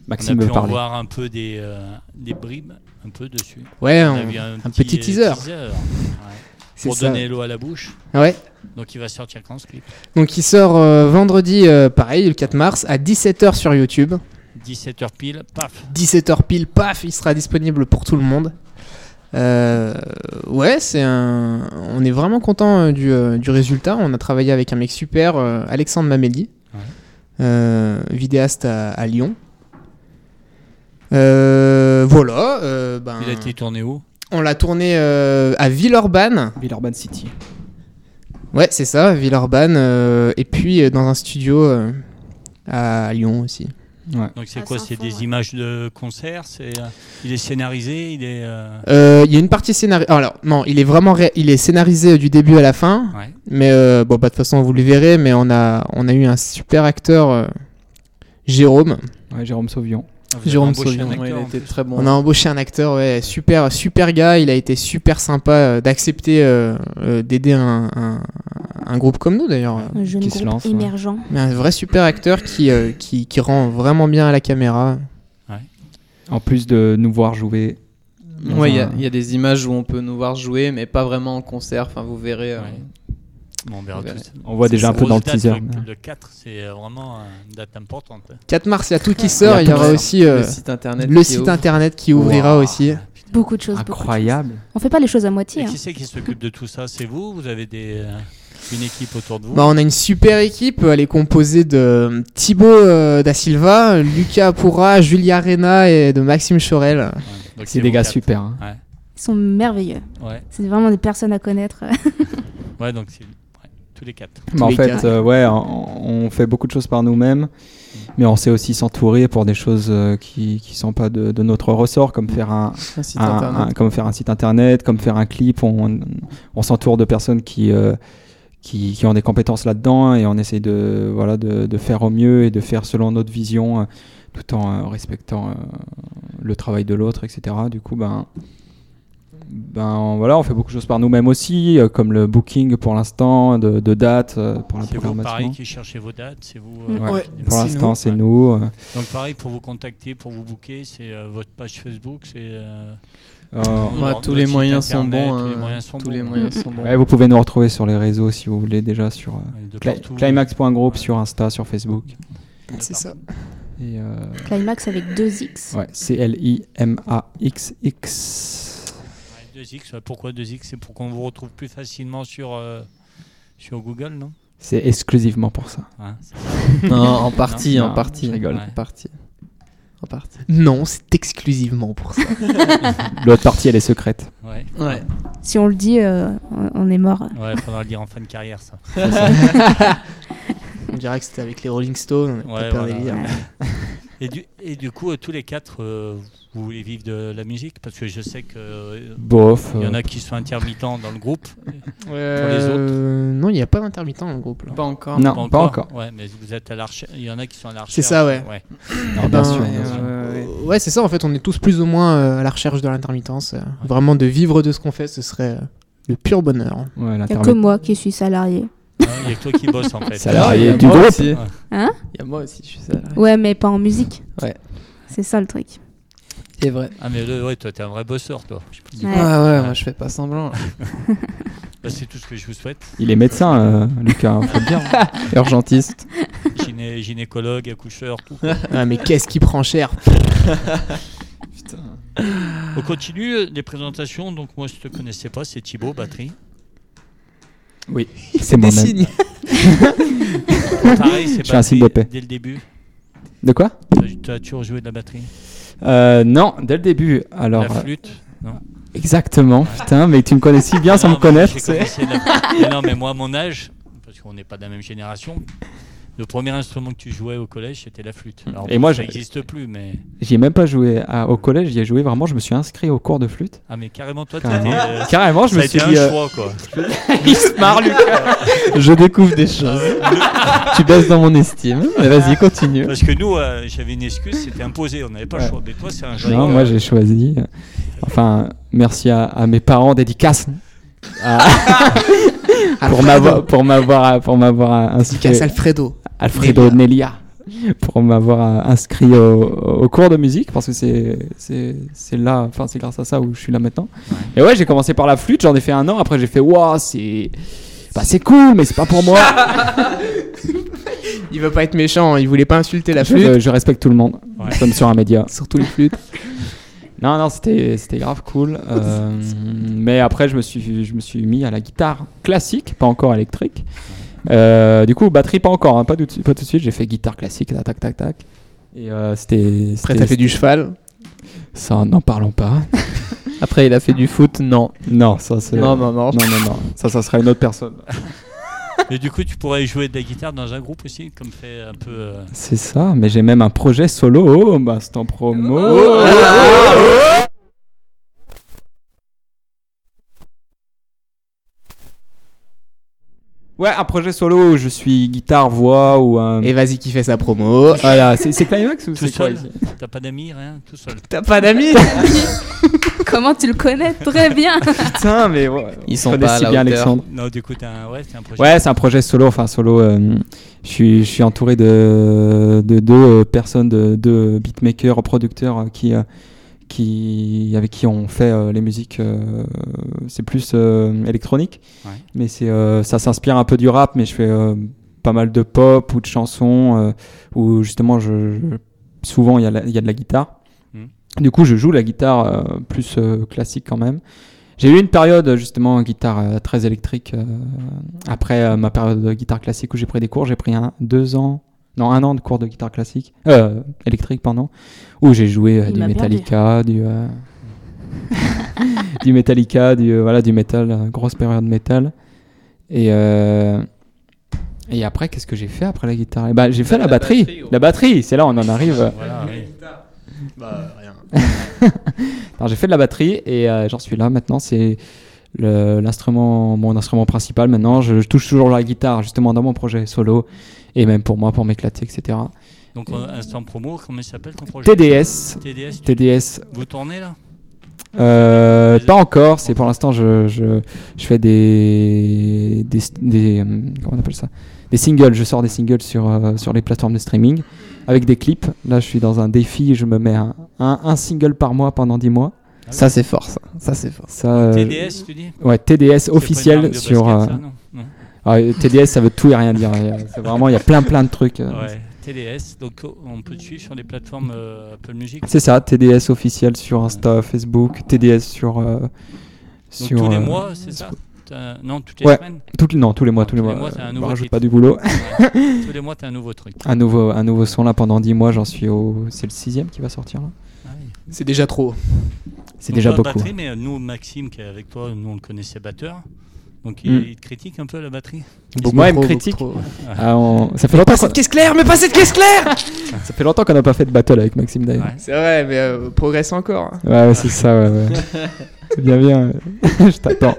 Speaker 4: Maxime
Speaker 2: on a
Speaker 4: veut
Speaker 2: pu en
Speaker 4: parler.
Speaker 2: voir un peu des, euh, des bribes, un peu dessus.
Speaker 7: Ouais,
Speaker 2: On a
Speaker 7: on-
Speaker 2: vu un, euh,
Speaker 7: petit teaser.
Speaker 2: teaser, ouais,
Speaker 7: c'est
Speaker 2: pour
Speaker 7: ça.
Speaker 2: donner l'eau à la bouche.
Speaker 7: Ouais.
Speaker 2: Donc il va sortir quand ce clip
Speaker 7: Donc il sort euh, vendredi, euh, pareil, le 4 mars, à 17h sur YouTube.
Speaker 2: 17h pile, paf
Speaker 7: 17h pile, paf, il sera disponible pour tout le monde. Euh, ouais, c'est un. On est vraiment content euh, du, euh, du résultat. On a travaillé avec un mec super, euh, Alexandre Maméli,
Speaker 2: Ouais.
Speaker 7: euh, vidéaste à, à Lyon. Euh, voilà. euh, ben,
Speaker 2: Il a été tourné où
Speaker 7: On l'a tourné euh, à Villeurbanne.
Speaker 4: Villeurbanne City.
Speaker 7: Ouais, c'est ça, Villeurbanne. euh, et puis euh, dans un studio euh, à Lyon aussi.
Speaker 2: Donc c'est
Speaker 5: Ah,
Speaker 2: quoi
Speaker 5: c'est un
Speaker 2: C'est
Speaker 5: fond,
Speaker 2: des
Speaker 5: ouais.
Speaker 2: images de concert C'est euh, il est scénarisé, il est euh,
Speaker 7: Euh, Il y a une partie scénarisée. Alors non, il est vraiment, ré- il est scénarisé du début à la fin.
Speaker 2: ouais.
Speaker 7: Mais euh, bon, bah, de toute façon, vous le verrez, mais on a, on a eu un super acteur, euh, Jérôme.
Speaker 4: Ouais, Jérôme Sauvion.
Speaker 2: Ah, vous
Speaker 7: Jérôme
Speaker 2: avez embauché
Speaker 7: Sauvion,
Speaker 2: un acteur, en
Speaker 6: était
Speaker 2: plus.
Speaker 6: très bon.
Speaker 7: On a embauché un acteur, ouais, super, super gars. Il a été super sympa euh, d'accepter euh, euh, d'aider un, un, un groupe comme nous, d'ailleurs.
Speaker 5: Un jeune
Speaker 4: Ah, Qui se
Speaker 5: groupe
Speaker 4: lance, ouais.
Speaker 5: émergent.
Speaker 7: Mais un vrai super acteur qui, euh, qui, qui rend vraiment bien à la caméra.
Speaker 4: En plus de nous voir jouer. dans
Speaker 6: Ouais, il y,
Speaker 4: un-
Speaker 6: a- il y a des images où on peut nous voir jouer, mais pas vraiment en concert. Enfin, vous verrez. euh,
Speaker 2: Ouais. Bon, on verra
Speaker 6: On verra.
Speaker 2: tout.
Speaker 4: On voit
Speaker 6: C'est
Speaker 4: déjà un
Speaker 6: ça.
Speaker 4: peu dans le
Speaker 2: Grosse date,
Speaker 4: teaser.
Speaker 2: Le, le 4, c'est vraiment une date importante.
Speaker 7: 4 mars, il y a tout qui
Speaker 6: Il
Speaker 7: sort.
Speaker 6: y a
Speaker 7: Il y
Speaker 6: tout
Speaker 7: aura
Speaker 6: qui
Speaker 7: aussi euh,
Speaker 6: le site internet.
Speaker 7: le
Speaker 6: qui
Speaker 7: site
Speaker 6: ouvre.
Speaker 7: internet qui ouvrira
Speaker 4: Wow.
Speaker 7: aussi.
Speaker 5: Beaucoup de choses. beaucoup de choses.
Speaker 4: Incroyable.
Speaker 5: On fait pas les choses à moitié.
Speaker 2: Et
Speaker 5: hein.
Speaker 2: qui c'est qui s'occupe de tout ça C'est vous Vous avez des, euh, une équipe autour de vous
Speaker 7: Bah, on a une super équipe, elle est composée de Thibaut euh, da Silva, Lucas Apoura, Julia Rena et de Maxime Chorel.
Speaker 2: Ouais. Donc,
Speaker 4: C'est des
Speaker 2: vous
Speaker 4: gars
Speaker 2: quatre.
Speaker 4: super. hein.
Speaker 5: Ils sont merveilleux.
Speaker 2: Ouais,
Speaker 5: C'est vraiment des personnes à connaître.
Speaker 2: ouais donc c'est ouais, tous les quatre.
Speaker 4: Mais en
Speaker 7: les
Speaker 4: fait,
Speaker 7: cas.
Speaker 4: euh, ouais, on, on fait beaucoup de choses par nous-mêmes, mais on sait aussi s'entourer pour des choses euh, qui qui sont pas de, de notre ressort, comme faire un,
Speaker 6: Un site
Speaker 4: un-
Speaker 6: internet.
Speaker 4: un- comme faire un site internet, comme faire un clip. On, on s'entoure de personnes qui, euh, qui, qui ont des compétences là-dedans et on essaye de, voilà, de, de faire au mieux et de faire selon notre vision, euh, tout en euh, respectant euh, le travail de l'autre, etc. Du coup, ben, ben on- voilà, on fait beaucoup de choses par nous-mêmes aussi, euh, comme le booking pour l'instant, de, de dates euh, pour la
Speaker 2: C'est vous, pareil,
Speaker 4: programmation.
Speaker 2: qui cherchez vos dates C'est vous
Speaker 5: Mm.
Speaker 4: Ouais.
Speaker 2: qui-
Speaker 4: Pour
Speaker 7: C'est
Speaker 4: l'instant,
Speaker 7: nous.
Speaker 4: c'est nous. euh,
Speaker 2: Donc pareil, pour vous contacter, pour vous booker, c'est euh, votre page Facebook, c'est... euh,
Speaker 4: euh,
Speaker 6: Ouais,
Speaker 2: leur-
Speaker 6: tous
Speaker 2: notre
Speaker 6: les
Speaker 2: site
Speaker 6: moyens sont
Speaker 2: internet,
Speaker 6: bons.
Speaker 2: Tous les
Speaker 6: hein.
Speaker 2: moyens sont
Speaker 6: Tous
Speaker 2: bons.
Speaker 6: les moyens sont bons.
Speaker 4: ouais, vous pouvez nous retrouver sur les réseaux si vous voulez déjà sur euh,
Speaker 2: Ouais, de
Speaker 4: Cla-
Speaker 2: partout.
Speaker 4: Climax.group sur Insta, sur Facebook.
Speaker 7: C'est ça.
Speaker 4: Et euh,
Speaker 5: Climax avec deux X.
Speaker 4: ouais, C-L-I-M-A-X-X.
Speaker 2: Ouais, 2X, ouais, pourquoi 2X C'est pour qu'on vous retrouve plus facilement sur, euh, sur Google, non Hein?
Speaker 4: C'est exclusivement pour ça.
Speaker 2: Ouais, c'est-
Speaker 6: Non, en partie,
Speaker 4: Non,
Speaker 6: en
Speaker 4: non,
Speaker 6: partie.
Speaker 4: je rigole.
Speaker 6: En partie. En partie.
Speaker 7: Non, c'est exclusivement pour ça.
Speaker 4: L'autre partie, elle est secrète.
Speaker 2: ouais.
Speaker 6: Ouais.
Speaker 5: Si on le dit, euh, on- on est mort.
Speaker 2: Ouais, faudra le dire en fin de carrière, ça.
Speaker 7: On dirait que c'était avec les Rolling Stones. on
Speaker 2: Ouais,
Speaker 7: était pas
Speaker 2: voilà.
Speaker 7: délire.
Speaker 2: Et du, et du coup, euh, tous les quatre, euh, vous voulez vivre de la musique Parce que je sais que... euh,
Speaker 4: Bof.
Speaker 2: il y en
Speaker 4: euh,
Speaker 2: a qui sont intermittents dans le groupe.
Speaker 7: Euh, non, il n'y a pas d'intermittent dans le groupe. là.
Speaker 6: Pas encore.
Speaker 4: Non, pas encore.
Speaker 2: Ouais, mais vous êtes à la recherche. Il y en a qui sont à la recherche.
Speaker 7: C'est ça, ouais.
Speaker 4: Non,
Speaker 7: Eh
Speaker 4: bien
Speaker 7: ben,
Speaker 6: Ah,
Speaker 4: sûr,
Speaker 7: ouais,
Speaker 4: bien sûr.
Speaker 7: Euh, ouais, c'est ça, en fait, on est tous plus ou moins euh, à la recherche de l'intermittence. euh. Vraiment, de vivre de ce qu'on fait, ce serait euh, le pur bonheur.
Speaker 4: Ouais,
Speaker 5: Il n'y a
Speaker 4: l'internet.
Speaker 5: que moi qui suis salarié.
Speaker 2: Ouais, Il Ah y a que toi qui bosses en fait.
Speaker 4: Salarié.
Speaker 6: y a
Speaker 4: du
Speaker 6: Ah, moi
Speaker 4: groupe.
Speaker 6: aussi.
Speaker 5: Hein
Speaker 6: Il y a moi aussi, je suis salarié.
Speaker 5: Ouais, mais pas en musique.
Speaker 6: Ouais.
Speaker 5: C'est ça le truc.
Speaker 6: C'est vrai.
Speaker 2: Ah mais le- ouais, toi t'es un vrai bosseur toi.
Speaker 5: Ouais.
Speaker 6: Ah ouais, moi je fais pas semblant.
Speaker 2: Bah, c'est tout ce que je vous souhaite.
Speaker 4: Il est médecin, euh, Lucas, hein, faut le dire.
Speaker 6: Urgentiste.
Speaker 2: Gyné- gynécologue, accoucheur, tout.
Speaker 7: Ah, mais qu'est-ce qui prend cher
Speaker 2: On continue euh, les présentations. Donc moi je te connaissais pas, c'est Thibaut Batterie.
Speaker 4: C'est
Speaker 7: Des
Speaker 4: moi-même.
Speaker 7: signes.
Speaker 2: Pareil, c'est
Speaker 4: Je suis un signe
Speaker 2: batterie
Speaker 4: de paix.
Speaker 2: dès le début.
Speaker 4: De quoi
Speaker 2: Tu as toujours joué de la batterie.
Speaker 4: Euh, Non, dès le début. Alors,
Speaker 2: la
Speaker 4: euh,
Speaker 2: flûte.
Speaker 4: exactement. Putain, mais tu me connais si bien sans
Speaker 2: Ah Non,
Speaker 4: me
Speaker 2: mais moi,
Speaker 4: connaître.
Speaker 2: j'ai
Speaker 4: c'est-
Speaker 2: commencé la- Mais non mais moi à mon âge, parce qu'on n'est pas de la même génération. Le premier instrument que tu jouais au collège, c'était la flûte. Alors,
Speaker 4: Et
Speaker 2: bon,
Speaker 4: moi,
Speaker 2: ça
Speaker 4: je-
Speaker 2: n'existe plus, mais.
Speaker 4: J'y ai même pas joué à- au collège, j'y ai joué vraiment, je me suis inscrit au cours de flûte.
Speaker 2: Ah, mais carrément, toi, t'as
Speaker 4: Carrément,
Speaker 2: été, euh,
Speaker 4: Carrément, je
Speaker 2: ça
Speaker 4: me
Speaker 2: a
Speaker 4: suis
Speaker 2: été
Speaker 4: dit.
Speaker 2: un
Speaker 4: euh,
Speaker 2: choix, quoi.
Speaker 4: il se marre, Lucas.
Speaker 6: Je découvre des choses. tu baisses dans mon estime. Mais vas-y, continue.
Speaker 2: Parce que nous, euh, j'avais une excuse, c'était imposé, on n'avait pas le
Speaker 4: Ouais.
Speaker 2: choix. Mais toi, c'est un choix.
Speaker 4: Non, moi j'ai choisi. euh, Enfin, merci à, à mes parents, dédicace. à- pour m'avoir pour m'avoir pour m'avoir inscrit
Speaker 7: Casse Alfredo.
Speaker 4: Alfredo Nelia pour m'avoir euh, inscrit au, au cours de musique parce que c'est c'est c'est là enfin c'est grâce à ça où je suis là maintenant et ouais j'ai commencé par la flûte j'en ai fait un an après j'ai fait waouh c'est bah c'est cool mais c'est pas pour moi
Speaker 7: Il veut pas être méchant, il voulait pas insulter la
Speaker 4: je,
Speaker 7: flûte.
Speaker 4: je respecte tout le monde
Speaker 2: Ouais.
Speaker 4: comme sur un média
Speaker 7: Surtout les flûtes.
Speaker 4: non non c'était c'était grave cool euh, mais après je me suis je me suis mis à la guitare classique pas encore électrique Euh, du coup batterie pas encore hein, pas tout de suite- pas tout de suite j'ai fait guitare classique tac tac tac tac et euh, c'était
Speaker 7: Après,
Speaker 4: c'était-
Speaker 7: t'as fait du cheval.
Speaker 4: Ça, n'en parlons pas.
Speaker 6: Après, il a fait du foot. Non.
Speaker 4: Non, ça c'est.
Speaker 6: Non, non, non.
Speaker 4: non, non, non. Ça, ça sera une autre personne.
Speaker 2: Mais du coup, tu pourrais jouer de la guitare dans un groupe aussi, comme fait un peu. euh,
Speaker 4: C'est ça, mais j'ai même un projet solo. Oh, bah, c'est en promo.
Speaker 6: oh,
Speaker 4: Ouais, un projet solo où je suis guitare, voix ou un.
Speaker 7: Et vas-y, qui fait sa promo.
Speaker 4: Voilà, c'est c'est Climax ou
Speaker 2: Tout
Speaker 4: c'est quoi
Speaker 2: seul.
Speaker 4: ici
Speaker 2: T'as pas d'amis, rien, tout seul.
Speaker 7: T'as pas d'amis
Speaker 5: Comment tu le connais Très bien.
Speaker 4: Putain, mais ouais.
Speaker 6: Ils
Speaker 4: je
Speaker 6: sont
Speaker 4: connais
Speaker 6: pas à
Speaker 4: si
Speaker 6: la
Speaker 4: bien
Speaker 6: hauteur.
Speaker 4: Alexandre.
Speaker 2: Non, du coup, t'as un, ouais, c'est un projet.
Speaker 4: Ouais, c'est un projet solo. Enfin, solo. euh, je, suis, je suis entouré de, de deux euh, personnes, de deux beatmakers, producteurs euh, qui, euh, qui, avec qui on fait euh, les musiques. euh, c'est plus euh, électronique.
Speaker 2: Ouais.
Speaker 4: Mais c'est, euh, ça s'inspire un peu du rap, mais je fais euh, pas mal de pop ou de chansons euh, où justement, je, je- souvent, il y, a la- il y a de la guitare. Du coup, je joue la guitare euh, plus euh, classique quand même. J'ai eu une période justement guitare euh, très électrique. euh, après euh, ma période de guitare classique où j'ai pris des cours, j'ai pris un, deux ans, non un an de cours de guitare classique, euh, électrique pardon, où j'ai joué euh,
Speaker 5: Il
Speaker 4: du
Speaker 5: m'a bien
Speaker 4: Metallica, du euh, du Metallica, du euh, voilà du métal, euh, grosse période métal. Et euh, et après, qu'est-ce que j'ai fait après la guitare Eh ben, j'ai fait la, batterie. la batterie, c'est là on en arrive. euh,
Speaker 2: Voilà, oui.
Speaker 4: Alors, j'ai fait de la batterie et euh, j'en suis là maintenant. C'est le- l'instrument, mon instrument principal maintenant. Je, je touche toujours la guitare justement dans mon projet solo et même pour moi pour m'éclater, etc.
Speaker 2: Donc, euh, instant promo, comment il s'appelle ton projet
Speaker 4: TDS,
Speaker 2: TDS, tu-
Speaker 4: TDS.
Speaker 2: vous tournez là
Speaker 4: euh, pas encore. C'est pour l'instant je, je, je fais des des, des, hum, comment on appelle ça des singles. Je sors des singles sur euh, sur les plateformes de streaming avec des clips. Là je suis dans un défi. Je me mets un, un, un single par mois pendant 10 mois.
Speaker 6: Ça, c'est fort, ça. Ça, c'est fort.
Speaker 4: Ça, euh,
Speaker 2: TDS, tu dis
Speaker 4: Ouais, TDS
Speaker 2: C'est pas une arme
Speaker 4: officiel
Speaker 2: de
Speaker 4: sur.
Speaker 2: basket,
Speaker 4: euh,
Speaker 2: ça, non Non.
Speaker 4: ah, euh, TDS, ça veut tout et rien dire. Il y a- C'est vraiment, il y a plein plein de trucs. euh.
Speaker 2: Ouais, TDS. Donc, oh, on peut te suivre sur les plateformes euh, Apple Music.
Speaker 4: C'est ça, TDS officiel sur Insta, Facebook, TDS sur. euh,
Speaker 2: Donc,
Speaker 4: sur
Speaker 2: tous les
Speaker 4: euh,
Speaker 2: mois, c'est ça T'as- Non, toutes les
Speaker 4: Ouais.
Speaker 2: semaines
Speaker 4: toutes- Non, tous les mois,
Speaker 2: Ah,
Speaker 4: tous les mois.
Speaker 2: t'as un
Speaker 4: euh,
Speaker 2: nouveau
Speaker 4: bah, rajoute
Speaker 2: titre.
Speaker 4: pas du boulot.
Speaker 2: Ouais. Tous les mois, t'as un nouveau truc.
Speaker 4: un, nouveau, un nouveau son là pendant 10 mois, j'en suis au. C'est le sixième qui va sortir là
Speaker 2: Ah oui.
Speaker 7: C'est déjà trop.
Speaker 4: C'est
Speaker 2: Donc,
Speaker 4: déjà
Speaker 2: toi,
Speaker 4: beaucoup. hein.
Speaker 2: Batterie, mais euh, nous, Maxime, qui est avec toi, nous, on le connaissait batteur. Donc, il,
Speaker 4: Mm.
Speaker 2: il te critique un peu la batterie.
Speaker 4: Beaucoup moi, il me
Speaker 7: trop,
Speaker 4: critique.
Speaker 7: beaucoup trop.
Speaker 4: Ah, on- Ça fait longtemps qu'on
Speaker 7: caisse claire, mais pas cette caisse claire
Speaker 4: ça fait longtemps qu'on n'a pas fait de battle avec Maxime d'ailleurs.
Speaker 2: Ouais.
Speaker 7: C'est vrai, mais euh, progresse encore. hein.
Speaker 4: Ouais, ouais, c'est ça, ouais, ouais. C'est bien, bien. je t'attends.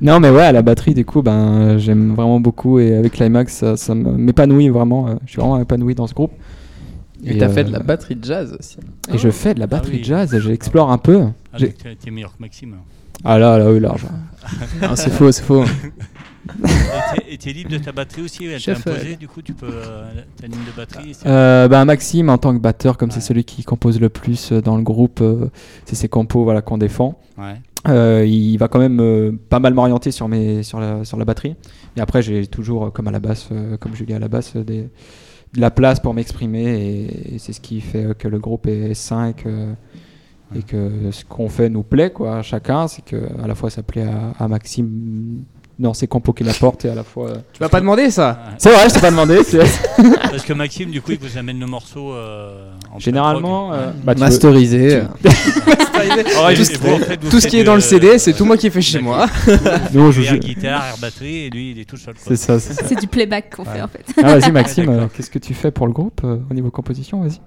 Speaker 4: Non, mais ouais, à la batterie, du coup, ben, euh, j'aime vraiment beaucoup. Et avec Climax, ça, ça me- m'épanouit vraiment. euh, Je suis vraiment épanoui dans ce groupe.
Speaker 6: Et t'as fait de la
Speaker 4: batterie
Speaker 6: batterie Ah de jazz aussi.
Speaker 4: Et je fais de la batterie
Speaker 2: oui.
Speaker 4: jazz. J'explore un peu.
Speaker 2: Ah,
Speaker 4: J'ai-
Speaker 2: donc, t'es t'es meilleur que Maxime. alors.
Speaker 4: Ah là, là, oui, large.
Speaker 7: Non, c'est faux, c'est faux.
Speaker 2: Et t'es- Et t'es libre de ta batterie aussi, elle t'est
Speaker 7: Chef, euh,
Speaker 2: imposée, du coup tu peux euh, t'as une ligne de batterie. c'est-
Speaker 4: Euh, ben, Maxime, en tant que batteur, comme
Speaker 2: Ouais.
Speaker 4: c'est celui qui compose le plus euh, dans le groupe, euh, c'est ses compos voilà, qu'on défend.
Speaker 2: Ouais.
Speaker 4: Euh, il va quand même euh, pas mal m'orienter sur, mes, sur, la, sur la batterie. Et après, j'ai toujours, euh, comme à la basse, euh, comme Julie à la basse, euh, des, de la place pour m'exprimer. Et, et c'est ce qui fait euh, que le groupe est 5 et que ce qu'on fait nous plaît quoi, à chacun. C'est que à la fois ça plaît à, à Maxime dans ses compos qu'il apporte et à la fois. euh,
Speaker 7: Tu m'as pas demandé ça
Speaker 2: Ouais.
Speaker 4: C'est vrai, je t'ai pas demandé. c'est-
Speaker 2: Parce que Maxime, du coup, il vous amène le morceau. euh, en pleine
Speaker 4: Généralement,
Speaker 2: prog.
Speaker 4: euh,
Speaker 2: Ouais.
Speaker 4: bah, tu peux-
Speaker 6: Masterisé.
Speaker 4: tu-
Speaker 6: euh,
Speaker 7: arrivé.
Speaker 2: Ouais,
Speaker 7: tout,
Speaker 2: et vous, en fait, vous
Speaker 7: tout ce
Speaker 2: faites
Speaker 7: qui est dans le
Speaker 2: de-
Speaker 7: CD, c'est tout moi qui ai fait chez moi.
Speaker 4: Non, je-
Speaker 2: Air
Speaker 4: je-
Speaker 2: guitare, air batterie, et lui, il est tout seul. quoi.
Speaker 4: C'est ça, c'est ça.
Speaker 5: C'est du playback qu'on fait en fait.
Speaker 4: Ah, vas-y, Maxime,
Speaker 2: D'accord.
Speaker 4: euh, qu'est-ce que tu fais pour le groupe euh, au niveau composition Vas-y.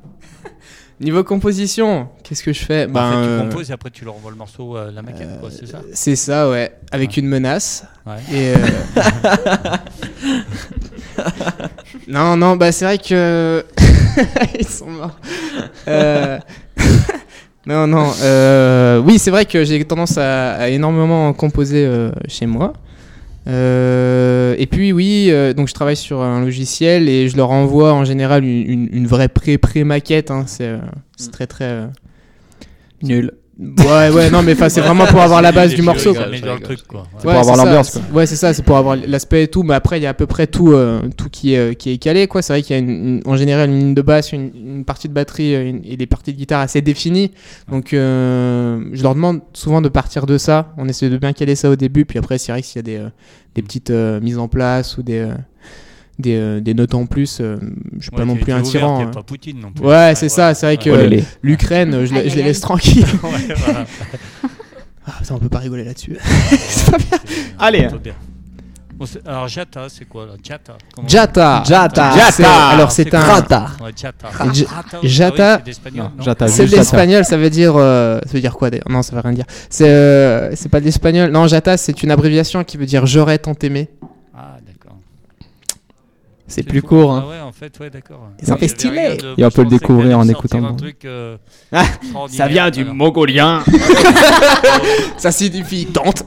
Speaker 7: Niveau composition, qu'est-ce que je fais
Speaker 2: En fait,
Speaker 7: euh,
Speaker 2: tu composes et après, tu leur envoies le morceau, euh, la maquette, quoi, c'est ça
Speaker 7: C'est ça, ouais. Avec
Speaker 2: Ouais.
Speaker 7: une menace.
Speaker 2: Ouais.
Speaker 7: Et euh, non, non, bah c'est vrai que. Ils sont morts. Euh, non, non. euh, Oui, c'est vrai que j'ai tendance à, à énormément composer euh, chez moi. Euh, et puis oui, euh, donc je travaille sur un logiciel et je leur envoie en général une, une- une vraie pré-pré-maquette. hein, C'est euh, c'est très très... euh,
Speaker 6: Euh, Nul.
Speaker 7: Ouais, ouais, non, mais enfin, c'est vraiment pour avoir la base du morceau.
Speaker 2: Ça
Speaker 7: quoi.
Speaker 6: quoi.
Speaker 2: améliore le truc, quoi.
Speaker 4: pour avoir
Speaker 7: c'est ça.
Speaker 4: l'ambiance, quoi.
Speaker 7: Ouais, c'est ça, c'est pour avoir l'aspect et tout. Mais après, il y a à peu près tout, euh, tout qui, est, qui est calé. quoi. C'est vrai qu'il y a une- une- en général une ligne de basse, une, une partie de batterie euh, une- et des parties de guitare assez définies. Donc, euh, je leur demande souvent de partir de ça. On essaie de bien caler ça au début. Puis après, c'est vrai que s'il y a des, euh, des petites euh, mises en place ou des, euh, des, euh, des notes en plus, euh, je suis
Speaker 2: Ouais,
Speaker 7: pas non
Speaker 2: t'es-
Speaker 7: plus
Speaker 2: t'es
Speaker 7: un
Speaker 2: ouvert,
Speaker 7: tyran.
Speaker 2: t'es
Speaker 7: hein.
Speaker 2: pas Poutine non plus.
Speaker 7: Ouais, c'est ça, c'est vrai que-
Speaker 6: Oh,
Speaker 7: Euh,
Speaker 6: les, les.
Speaker 7: L'Ukraine, euh, je,
Speaker 5: Aïe,
Speaker 7: les- je les
Speaker 5: aïe,
Speaker 7: laisse
Speaker 5: aïe.
Speaker 7: tranquilles.
Speaker 2: Ouais, voilà.
Speaker 7: Ah, putain, on peut pas rigoler là-dessus.
Speaker 2: C'est pas bien.
Speaker 7: Allez.
Speaker 2: alors Jata, c'est quoi là Jata. comment- Ah,
Speaker 7: Jata.
Speaker 6: Jata.
Speaker 7: Jata. C'est- Alors
Speaker 2: C'est
Speaker 7: c'est
Speaker 2: quoi
Speaker 7: un.
Speaker 6: Rata.
Speaker 2: Ouais, Jata.
Speaker 7: J-
Speaker 2: Rata, ah
Speaker 7: Jata-
Speaker 2: oui, c'est d'espagnol,
Speaker 4: Non,
Speaker 2: non
Speaker 4: Jata,
Speaker 7: C'est de
Speaker 4: juste Jata.
Speaker 7: l'espagnol, ça veut dire, euh, ça veut dire quoi d'ailleurs Non, ça veut rien dire. C'est, euh, c'est pas de l'espagnol. Non, Jata, c'est une abréviation qui veut dire j'aurais tant aimé.
Speaker 2: Ah, d'accord.
Speaker 6: C'est plus court. hein.
Speaker 2: Ah ouais, en fait, ouais, d'accord.
Speaker 7: Ils ont
Speaker 2: Ouais, il y
Speaker 7: fait
Speaker 2: avait rien
Speaker 7: stylé.
Speaker 2: de-
Speaker 4: Et on
Speaker 2: je
Speaker 4: peut le
Speaker 2: pensais
Speaker 4: découvrir
Speaker 2: que
Speaker 4: en
Speaker 2: t'allais
Speaker 4: écoutant
Speaker 2: sortir un
Speaker 4: le-
Speaker 2: truc, euh,
Speaker 8: Ça
Speaker 2: extraordinaire,
Speaker 8: vient du
Speaker 2: voilà.
Speaker 8: mongolien.
Speaker 7: Ça signifie tente.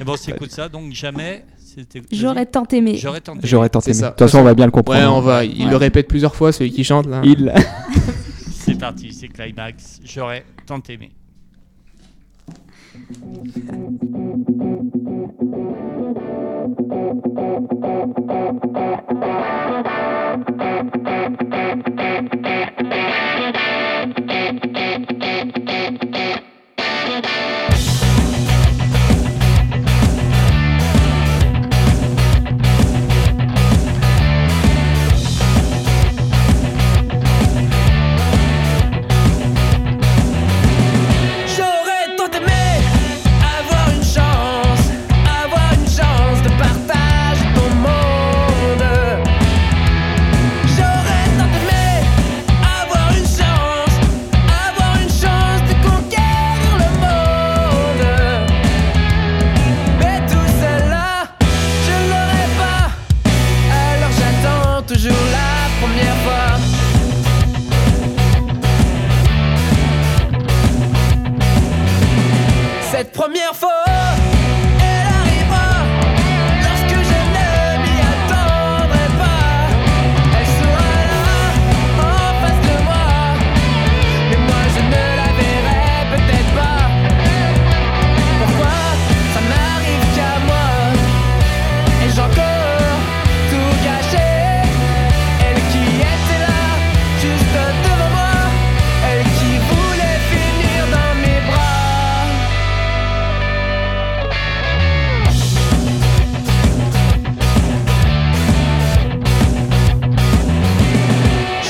Speaker 2: Et bon, c'est écoute ben, ça, donc jamais. c'était-
Speaker 5: J'aurais tant aimé.
Speaker 2: J'aurais tenté.
Speaker 4: J'aurais tenté.
Speaker 7: C'est
Speaker 4: mais-
Speaker 7: ça.
Speaker 4: De toute façon, on va bien le comprendre.
Speaker 7: Ouais, on va. Il
Speaker 4: Ouais.
Speaker 7: le répète plusieurs fois, celui qui chante là.
Speaker 4: Il.
Speaker 2: C'est parti, c'est climax. J'aurais tant aimé.
Speaker 3: J'aurais tant aimé avoir une chance, avoir une chance de partager ton monde. J'aurais tant aimé avoir une chance, avoir une chance de conquérir le monde. Mais tout cela, je l'aurais pas. Alors j'attends toujours la première fois. Cette première fois, elle arrivera lorsque je ne m'y attendrai pas. Elle sera là, en face de moi, mais moi je ne la verrai peut-être pas. Pourquoi ça n'arrive qu'à moi Et j'ai encore tout gâché. Elle qui était là, juste devant moi, elle qui voulait finir dans mes bras.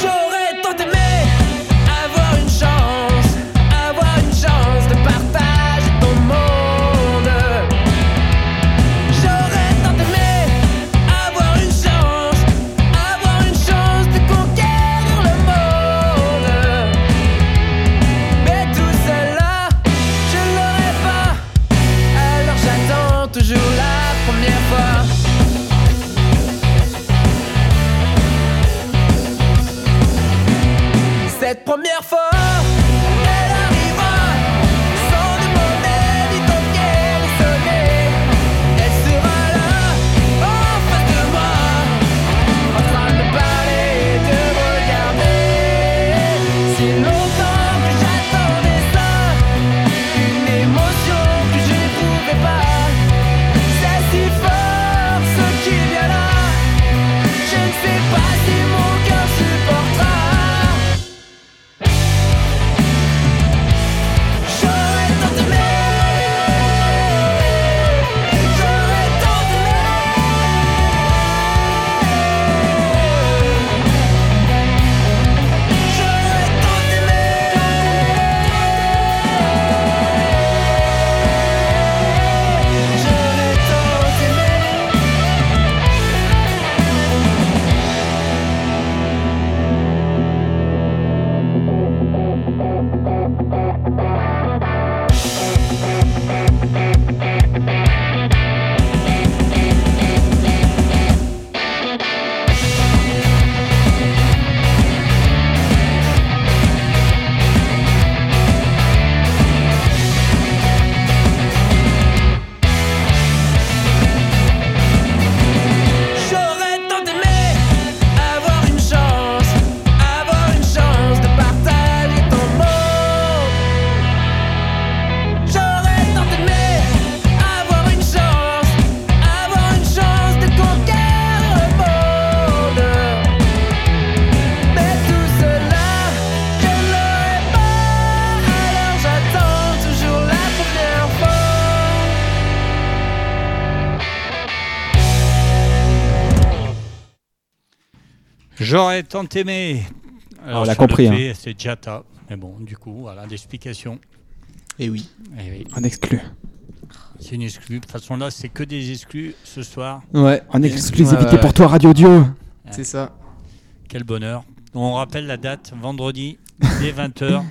Speaker 3: J'aurais tant aimé avoir une chance, avoir une chance de partager ton monde. J'aurais tant aimé avoir une chance, avoir une chance de conquérir le monde. Mais tout cela, je l'aurais pas. Alors j'attends toujours la première fois. Cette première fois, elle arrivera sans demander ni toquer ni sonner. Elle sera là, en face de moi, en train de parler et de me regarder. Si longtemps que j'attendais ça, une émotion que je ne pouvais pas. C'est si fort ce qui vient là, je ne sais pas si mon cœur supportera.
Speaker 2: J'aurais tant aimé.
Speaker 4: on l'a
Speaker 2: sur le
Speaker 4: compris,
Speaker 2: fait, C'est Jata. Mais bon, du coup, voilà, l'explication.
Speaker 7: Et oui.
Speaker 2: Eh oui,
Speaker 4: On exclut.
Speaker 2: c'est une exclue. De toute façon, là, c'est que des exclus ce soir.
Speaker 6: Ouais.
Speaker 4: En exclusivité
Speaker 6: Ouais, ouais.
Speaker 4: pour toi, Radio Dio.
Speaker 7: C'est ça.
Speaker 2: Quel bonheur. On rappelle la date, vendredi, dès 20h.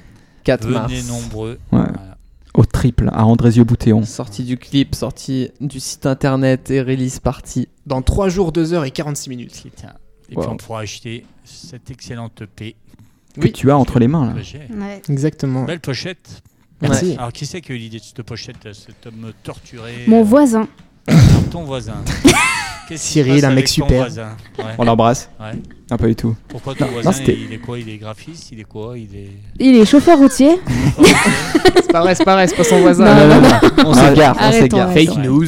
Speaker 6: 4
Speaker 2: Venez
Speaker 6: mars.
Speaker 2: nombreux.
Speaker 4: Ouais.
Speaker 2: Voilà.
Speaker 4: Au triple, à Andrézieux-Boutéon.
Speaker 6: Sortie du clip, sortie du site internet et release party.
Speaker 7: Dans 3 jours, 2 heures et 46 minutes.
Speaker 2: Putain. Et
Speaker 6: Wow.
Speaker 2: puis, on pourra acheter cette excellente EP
Speaker 7: Oui.
Speaker 4: Que tu as entre les mains,
Speaker 2: que
Speaker 4: là.
Speaker 2: j'ai.
Speaker 5: Ouais.
Speaker 7: Exactement.
Speaker 2: Belle pochette.
Speaker 7: Merci.
Speaker 2: Alors, qui c'est qui a eu l'idée de cette pochette euh, Cet homme torturé
Speaker 5: Mon
Speaker 2: euh,
Speaker 5: voisin.
Speaker 2: par ton voisin. Qu'est-ce qui se
Speaker 7: Cyril,
Speaker 2: passe
Speaker 7: un mec
Speaker 2: avec ton
Speaker 7: super.
Speaker 2: voisin Ouais,
Speaker 4: On l'embrasse.
Speaker 2: ouais.
Speaker 4: Non, pas du tout.
Speaker 2: Pourquoi ton
Speaker 4: Non,
Speaker 2: voisin,
Speaker 4: c'était-
Speaker 2: il est quoi Il est graphiste Il est quoi Il est.
Speaker 5: Il est chauffeur routier.
Speaker 7: C'est pas vrai, c'est pas vrai, c'est pas son voisin.
Speaker 5: Non, non, non.
Speaker 6: On s'égare, on
Speaker 5: Arrêtons,
Speaker 6: s'égare.
Speaker 5: arrêtons.
Speaker 2: Ouais.
Speaker 7: news.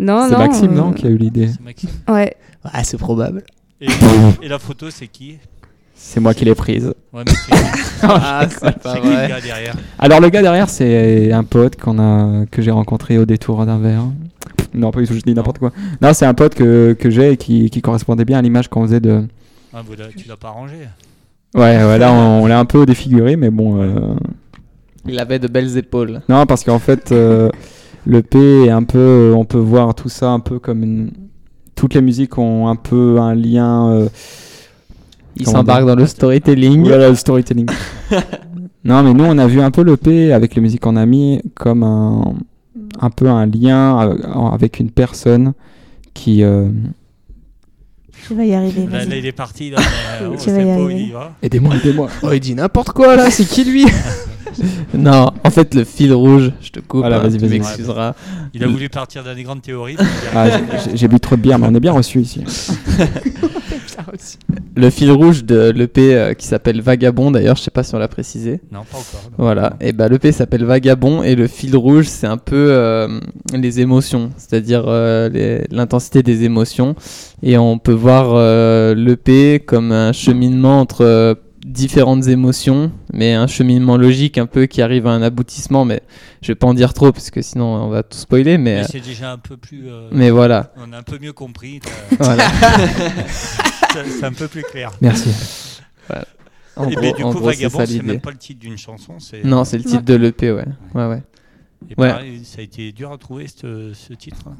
Speaker 5: Non,
Speaker 4: C'est
Speaker 5: non,
Speaker 4: Maxime,
Speaker 5: euh,
Speaker 4: non, qui a eu l'idée.
Speaker 2: C'est Maxime.
Speaker 5: Ouais.
Speaker 7: Ah, c'est probable.
Speaker 2: Et, et la photo, c'est qui
Speaker 4: C'est moi qui l'ai prise.
Speaker 2: Ouais, mais c'est
Speaker 6: Ah, c'est
Speaker 2: c'est
Speaker 6: pas
Speaker 2: qui le
Speaker 6: vrai.
Speaker 2: gars derrière
Speaker 4: Alors le gars derrière, c'est un pote qu'on a, que j'ai rencontré au détour d'un verre. Non, pas du tout, je dis n'importe quoi. Non, c'est un pote que, que j'ai et qui, qui correspondait bien à l'image qu'on faisait de...
Speaker 2: Ah, vous l'avez- Tu l'as pas rangé
Speaker 4: Ouais, ouais, là on, on l'a un peu défiguré, mais bon... euh,
Speaker 6: Il avait de belles épaules.
Speaker 4: Non, parce qu'en fait, euh, le P est un peu... euh, On peut voir tout ça un peu comme une... Toutes les musiques ont un peu un lien... euh,
Speaker 6: Il
Speaker 4: Comment
Speaker 6: s'embarque
Speaker 4: dire
Speaker 6: dans le storytelling.
Speaker 4: Oulala, le storytelling. non, mais nous, on a vu un peu le P avec les musiques qu'on a mis comme un, un peu un lien euh, avec une personne qui. euh,
Speaker 5: Je vais y arriver.
Speaker 2: là,
Speaker 5: vas-y.
Speaker 2: là, il est parti. Là, mais, euh, on
Speaker 5: Tu
Speaker 2: sait
Speaker 5: vas y
Speaker 2: pas où il
Speaker 5: arriver.
Speaker 2: y va.
Speaker 4: Aidez-moi, aidez-moi.
Speaker 7: Oh, il dit n'importe quoi là, c'est qui lui
Speaker 6: Non, en fait, le fil rouge, je te coupe,
Speaker 4: Voilà,
Speaker 6: hein,
Speaker 4: vas-y,
Speaker 6: tu
Speaker 4: vas-y.
Speaker 6: m'excuseras.
Speaker 2: Il a voulu partir dans des grandes théories.
Speaker 4: Ah, j'ai- J'ai bu trop de bière, mais on est bien reçu ici.
Speaker 6: Le fil rouge de l'EP euh, qui s'appelle Vagabond, d'ailleurs, je sais pas si on l'a précisé.
Speaker 2: Non, pas encore. non.
Speaker 6: Voilà, et bah l'EP s'appelle Vagabond et le fil rouge c'est un peu euh, les émotions, c'est-à-dire euh, les- l'intensité des émotions. Et on peut voir euh, l'EP comme un cheminement entre euh, différentes émotions, mais un cheminement logique un peu qui arrive à un aboutissement. Mais je vais pas en dire trop parce que sinon on va tout spoiler, mais,
Speaker 2: Mais
Speaker 6: euh,
Speaker 2: c'est déjà un peu plus. euh,
Speaker 6: mais voilà.
Speaker 2: On a un peu mieux compris.
Speaker 6: voilà.
Speaker 2: t'as- C'est un peu plus clair.
Speaker 4: Merci.
Speaker 6: En
Speaker 2: et
Speaker 6: gros,
Speaker 2: mais du
Speaker 6: en
Speaker 2: coup,
Speaker 6: gros, c'est
Speaker 2: Vagabond,
Speaker 6: ça
Speaker 2: c'est
Speaker 6: l'idée.
Speaker 2: même pas le titre d'une chanson. C'est...
Speaker 6: Non, c'est le titre de l'EP, ouais. ouais, ouais.
Speaker 2: Et
Speaker 6: ouais.
Speaker 2: pareil, ça a été dur à trouver ce, ce titre. hein.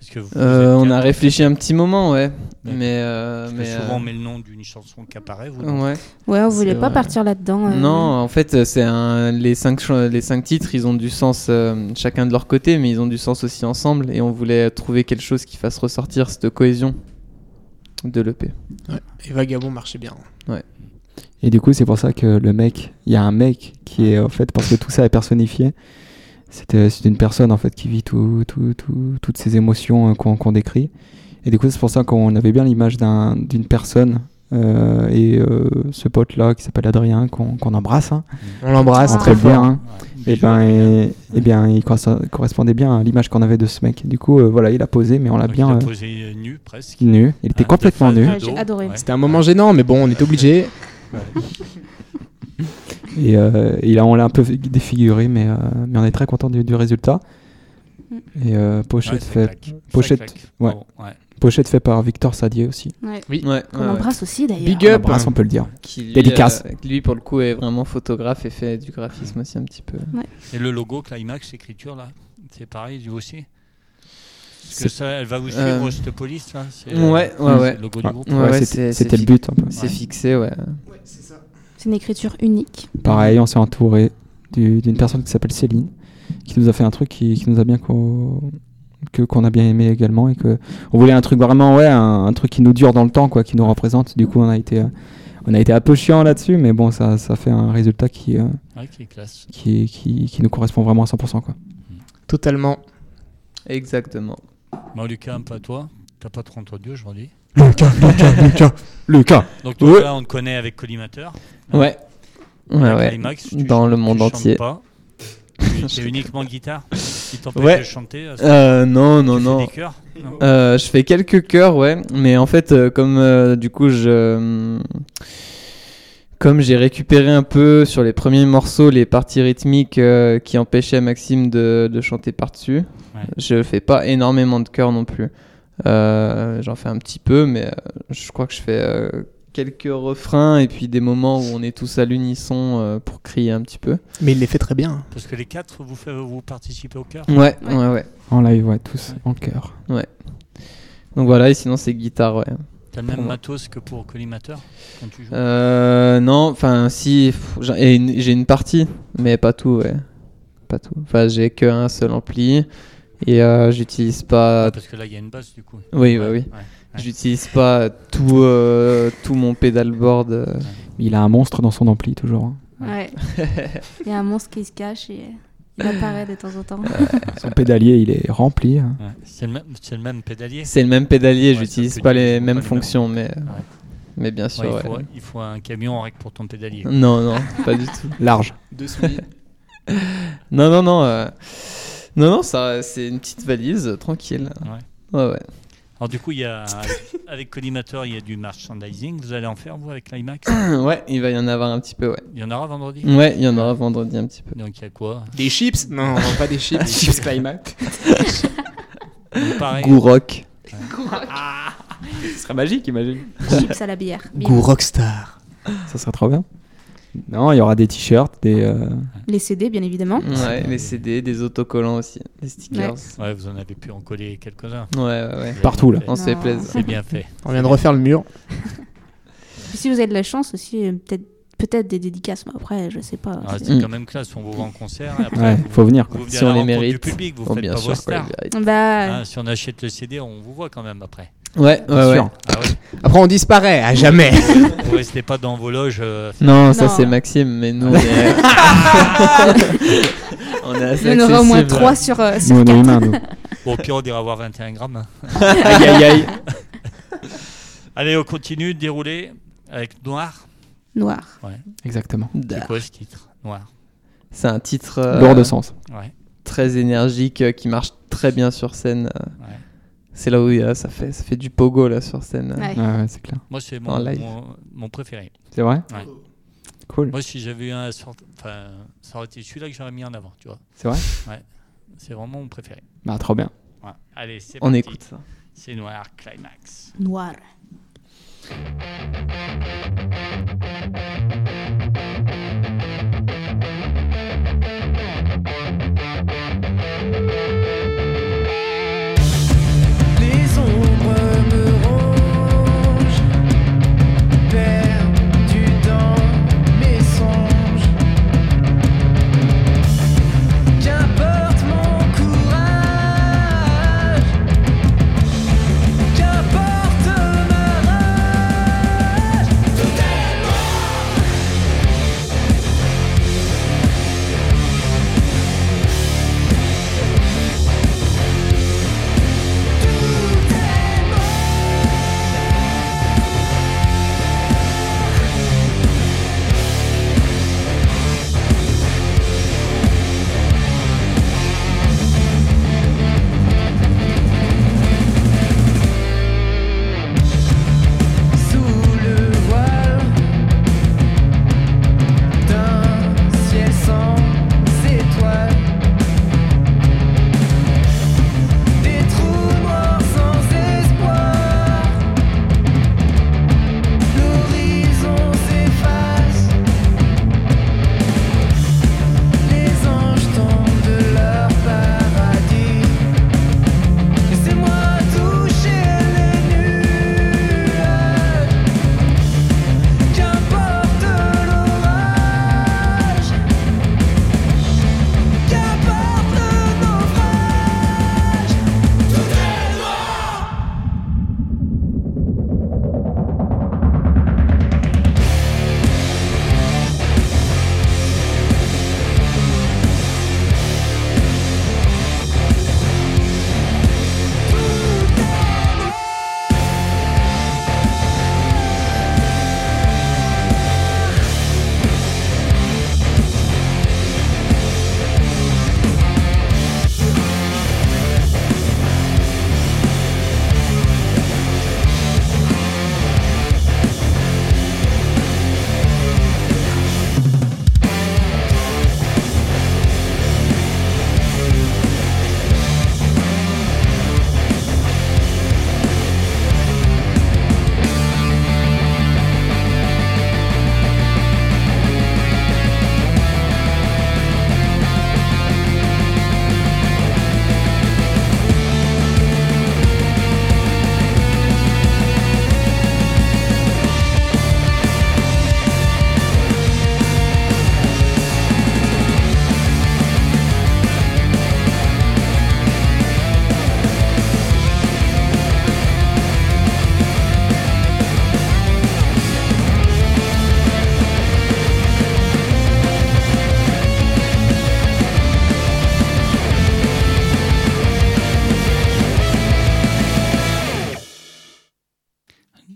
Speaker 2: Parce que vous- vous
Speaker 6: Euh,
Speaker 2: êtes
Speaker 6: on a
Speaker 2: quatre,
Speaker 6: réfléchi un petit moment, ouais.
Speaker 2: Ouais.
Speaker 6: Mais, euh,
Speaker 2: parce que
Speaker 6: mais
Speaker 2: souvent,
Speaker 6: euh,
Speaker 2: on met le nom d'une chanson qui apparaît. vous, donc.
Speaker 6: ouais.
Speaker 5: Ouais, on voulait
Speaker 6: C'est
Speaker 5: pas
Speaker 6: vrai.
Speaker 5: partir là-dedans. euh.
Speaker 6: Non, en fait, euh, c'est un... les cinq cho- les cinq titres, ils ont du sens euh, chacun de leur côté, mais ils ont du sens aussi ensemble. Et on voulait trouver quelque chose qui fasse ressortir cette cohésion de l'EP.
Speaker 7: Et Vagabond marchait bien.
Speaker 4: Et du coup, c'est pour ça que le mec, il y a un mec qui est en fait, parce que tout ça est personnifié. C'était- C'est une personne en fait qui vit tout, tout, tout- toutes ces émotions euh, qu'on qu'on décrit. Et du coup, c'est pour ça qu'on avait bien l'image d'un- d'une personne. euh, et euh, ce pote-là qui s'appelle Adrien, qu'on qu'on embrasse, hein,
Speaker 7: On l'embrasse
Speaker 4: on
Speaker 7: très
Speaker 4: l'aime
Speaker 7: fort.
Speaker 6: Eh
Speaker 4: bien. hein.
Speaker 2: Ouais.
Speaker 4: Et ben, et, et bien, il corres- correspondait bien à l'image qu'on avait de ce mec. Du coup, euh, voilà, il a posé, mais on l'a
Speaker 2: Donc, il
Speaker 4: bien
Speaker 2: a
Speaker 4: euh,
Speaker 2: posé euh, nu presque.
Speaker 4: nu. Il était
Speaker 2: Ah,
Speaker 4: complètement
Speaker 2: de
Speaker 4: nu.
Speaker 2: face,
Speaker 5: Ouais,
Speaker 2: de
Speaker 5: j'ai
Speaker 2: dos.
Speaker 5: adoré.
Speaker 2: Ouais.
Speaker 7: C'était un moment gênant, mais bon, on était obligé.
Speaker 4: Et, euh, et là, on l'a un peu défiguré, mais, euh, mais on est très content du, du résultat.
Speaker 6: Mm.
Speaker 4: Et euh,
Speaker 2: Ouais,
Speaker 4: pochette,
Speaker 2: ça
Speaker 4: fait,
Speaker 2: claque. Ça
Speaker 4: pochette,
Speaker 2: claque.
Speaker 4: ouais.
Speaker 2: Bon, ouais.
Speaker 4: pochette fait par Victor Sadier aussi.
Speaker 5: Ouais.
Speaker 6: Ouais, ouais,
Speaker 5: Qu'on embrasse aussi d'ailleurs.
Speaker 7: Big
Speaker 4: On
Speaker 7: up
Speaker 4: embrasse, on peut le dire.
Speaker 6: Qui, lui,
Speaker 4: Dédicace.
Speaker 6: euh, lui, pour le coup, est vraiment photographe et fait du graphisme aussi un petit peu.
Speaker 2: Et le logo Climax, l'écriture là, c'est pareil, lui aussi. Parce que
Speaker 6: C'est-
Speaker 2: ça, elle va vous suivre,
Speaker 6: euh,
Speaker 2: cette police là. c'est-
Speaker 6: Ouais, ouais,
Speaker 2: c'est
Speaker 6: ouais.
Speaker 2: Le logo
Speaker 4: Ouais.
Speaker 2: du groupe.
Speaker 6: Ouais,
Speaker 4: Ouais,
Speaker 6: ouais,
Speaker 4: c'était
Speaker 6: c'est-
Speaker 4: c'était
Speaker 6: c'est
Speaker 4: le but. un peu.
Speaker 6: C'est fixé, ouais.
Speaker 5: C'est une écriture unique.
Speaker 4: Pareil, on s'est entouré du- d'une personne qui s'appelle Céline, qui nous a fait un truc qui, qui nous a bien co- que qu'on a bien aimé également et que on voulait un truc vraiment ouais un, un truc qui nous dure dans le temps quoi qui nous représente du coup on a été euh, on a été un peu chiant là-dessus mais bon ça, ça fait un résultat qui, euh,
Speaker 2: Ouais, qui est classe.
Speaker 4: qui, qui qui nous correspond vraiment à 100% quoi
Speaker 7: totalement.
Speaker 6: Exactement.
Speaker 2: Bon, Lucas, un peu à toi. T'as pas trop entendu aujourd'hui.
Speaker 7: Lucas, Lucas, Lucas, Lucas.
Speaker 2: Donc toi,
Speaker 7: Ouais.
Speaker 2: là, on te connaît avec Collimateur.
Speaker 6: Ouais. Ouais,
Speaker 2: Avec
Speaker 6: ouais.
Speaker 2: Climax, tu-
Speaker 6: Dans le
Speaker 2: tu
Speaker 6: monde
Speaker 2: chantes
Speaker 6: entier.
Speaker 2: pas. Tu- C'est uniquement guitare. Ils t'empêchent
Speaker 6: Ouais.
Speaker 2: de chanter. euh,
Speaker 6: Euh, non, non,
Speaker 2: tu fais
Speaker 6: non.
Speaker 2: des chœurs Non.
Speaker 6: Euh, je fais quelques chœurs, ouais, mais en fait, euh, comme euh, du coup, je. euh, Comme j'ai récupéré un peu sur les premiers morceaux les parties rythmiques euh, qui empêchaient Maxime de, de chanter par-dessus,
Speaker 2: Ouais.
Speaker 6: je fais pas énormément de chœurs non plus. Euh, J'en fais un petit peu, mais euh, je crois que je fais euh, quelques refrains et puis des moments où on est tous à l'unisson euh, pour crier un petit peu.
Speaker 7: Mais il les fait très bien.
Speaker 2: Parce que les quatre, vous, faites- vous participez au chœur
Speaker 6: Ouais, ouais, ouais.
Speaker 4: En live, ouais, tous en chœur.
Speaker 6: Donc voilà, et sinon c'est guitare, ouais.
Speaker 2: T'as le même
Speaker 6: Pour moi.
Speaker 2: matos que pour Collimateur quand tu joues
Speaker 6: Euh, non, enfin si, pff, j'en- et une- j'ai une partie, mais pas tout, ouais. Pas tout. Enfin, j'ai qu'un seul ampli et euh, j'utilise pas.
Speaker 2: Parce que là, il y a une basse du coup.
Speaker 6: Oui, bah oui.
Speaker 2: ouais.
Speaker 6: J'utilise pas tout, euh, tout mon pédalboard. euh.
Speaker 4: Il a un monstre dans son ampli, toujours. hein.
Speaker 5: Ouais. Il y a un monstre qui se cache et il apparaît de temps en temps.
Speaker 4: Son pédalier, il est rempli. hein.
Speaker 2: Ouais. C'est le, même- c'est le même pédalier
Speaker 6: C'est le même pédalier,
Speaker 2: Ouais,
Speaker 6: j'utilise
Speaker 2: sauf que
Speaker 6: pas
Speaker 2: tu
Speaker 6: les
Speaker 2: utilises pas
Speaker 6: mêmes
Speaker 2: les mêmes.
Speaker 6: fonctions, mais, mais bien
Speaker 2: Ouais,
Speaker 6: sûr,
Speaker 2: il,
Speaker 6: ouais.
Speaker 2: faut, il faut un camion en règle pour ton pédalier.
Speaker 6: Non, non, pas du tout.
Speaker 4: Large.
Speaker 6: Non, non, non. euh, Non, non, ça, c'est une petite valise, euh, tranquille. Ouais, ouais.
Speaker 2: Alors du coup, il y a, avec Collimateur, il y a du merchandising. Vous allez en faire, vous, avec l'IMAX
Speaker 6: Ouais, il va y en avoir un petit peu, ouais.
Speaker 2: Il y en aura vendredi
Speaker 6: Ouais, il y en aura vendredi un petit peu.
Speaker 2: Donc il y a quoi
Speaker 7: Des chips Non, on vend pas des chips. des chips Climax.
Speaker 2: Donc, Pareil.
Speaker 6: Gourok.
Speaker 4: Ce serait magique, imagine.
Speaker 5: Chips à la bière. Bim.
Speaker 7: Goût rockstar.
Speaker 4: Ça serait trop bien. Non, il y aura des t-shirts, des. euh,
Speaker 5: Les CD, bien évidemment.
Speaker 6: Ouais, les CD, des autocollants aussi, des stickers.
Speaker 2: Ouais, vous en avez pu en coller quelques-uns.
Speaker 6: Ouais, ouais, ouais.
Speaker 4: Partout, là.
Speaker 6: On se fait
Speaker 5: Non.
Speaker 6: plaisir.
Speaker 2: C'est bien fait.
Speaker 7: On vient de refaire le mur.
Speaker 5: Puis si vous avez de la chance aussi, euh, peut-être peut-être des dédicaces, mais après, je sais pas.
Speaker 2: Alors,
Speaker 5: c'est-
Speaker 2: Ah, C'est
Speaker 6: Mm.
Speaker 2: quand même classe, on vous voit en concert. et après,
Speaker 4: Ouais,
Speaker 2: vous-
Speaker 4: faut venir. quoi.
Speaker 2: Vous venez
Speaker 6: Si
Speaker 2: à
Speaker 6: on
Speaker 2: la
Speaker 6: les
Speaker 2: rencontre du
Speaker 6: mérite,
Speaker 2: public, vous
Speaker 6: Bon,
Speaker 2: faites
Speaker 6: Oh, bien
Speaker 2: pas vos
Speaker 6: sûr, quoi,
Speaker 2: stars.
Speaker 6: les
Speaker 5: Bah,
Speaker 2: Hein, si on achète le CD, on vous voit quand même après.
Speaker 6: vérité. Ouais, ouais,
Speaker 4: Sûr.
Speaker 6: ouais.
Speaker 2: Ah ouais,
Speaker 7: Après, on disparaît à jamais.
Speaker 2: vous restez pas dans vos loges. euh,
Speaker 6: Non, ça
Speaker 5: Non.
Speaker 6: c'est Maxime, mais nous on est. on est assez
Speaker 5: il y en aura au moins
Speaker 6: accessible.
Speaker 5: 3 sur, euh,
Speaker 4: Nous,
Speaker 5: sur
Speaker 4: on est
Speaker 5: 4.
Speaker 4: humains, nous.
Speaker 2: Bon, au pire, on ira voir 21 grammes. hein.
Speaker 6: aïe aïe aïe.
Speaker 2: Allez, on continue de dérouler avec Noir.
Speaker 5: Noir.
Speaker 4: Exactement.
Speaker 2: C'est quoi ce titre Noir.
Speaker 6: C'est un titre euh,
Speaker 4: Lourd de sens.
Speaker 2: Ouais.
Speaker 6: très énergique euh, qui marche très bien sur scène. euh.
Speaker 2: Ouais.
Speaker 6: C'est là où euh, ça fait, ça fait du pogo là sur scène. euh.
Speaker 5: Ouais.
Speaker 4: Ouais, ouais, c'est clair.
Speaker 2: Moi, c'est mon,
Speaker 6: En live.
Speaker 2: mon, mon préféré.
Speaker 4: C'est vrai
Speaker 2: Ouais.
Speaker 4: Cool.
Speaker 2: Moi, si j'avais eu un. sort- Enfin, ça aurait été celui-là que j'aurais mis en avant, tu vois.
Speaker 4: C'est vrai
Speaker 2: C'est vraiment mon préféré.
Speaker 4: Bah, trop bien.
Speaker 2: Ouais. Allez, c'est
Speaker 6: On
Speaker 2: parti.
Speaker 6: écoute ça.
Speaker 2: C'est Noir Climax.
Speaker 5: Noir.
Speaker 3: Les ombres me rongent, perdu dans mes songes. Qu'importe mon courage, qu'importe ma rage, tout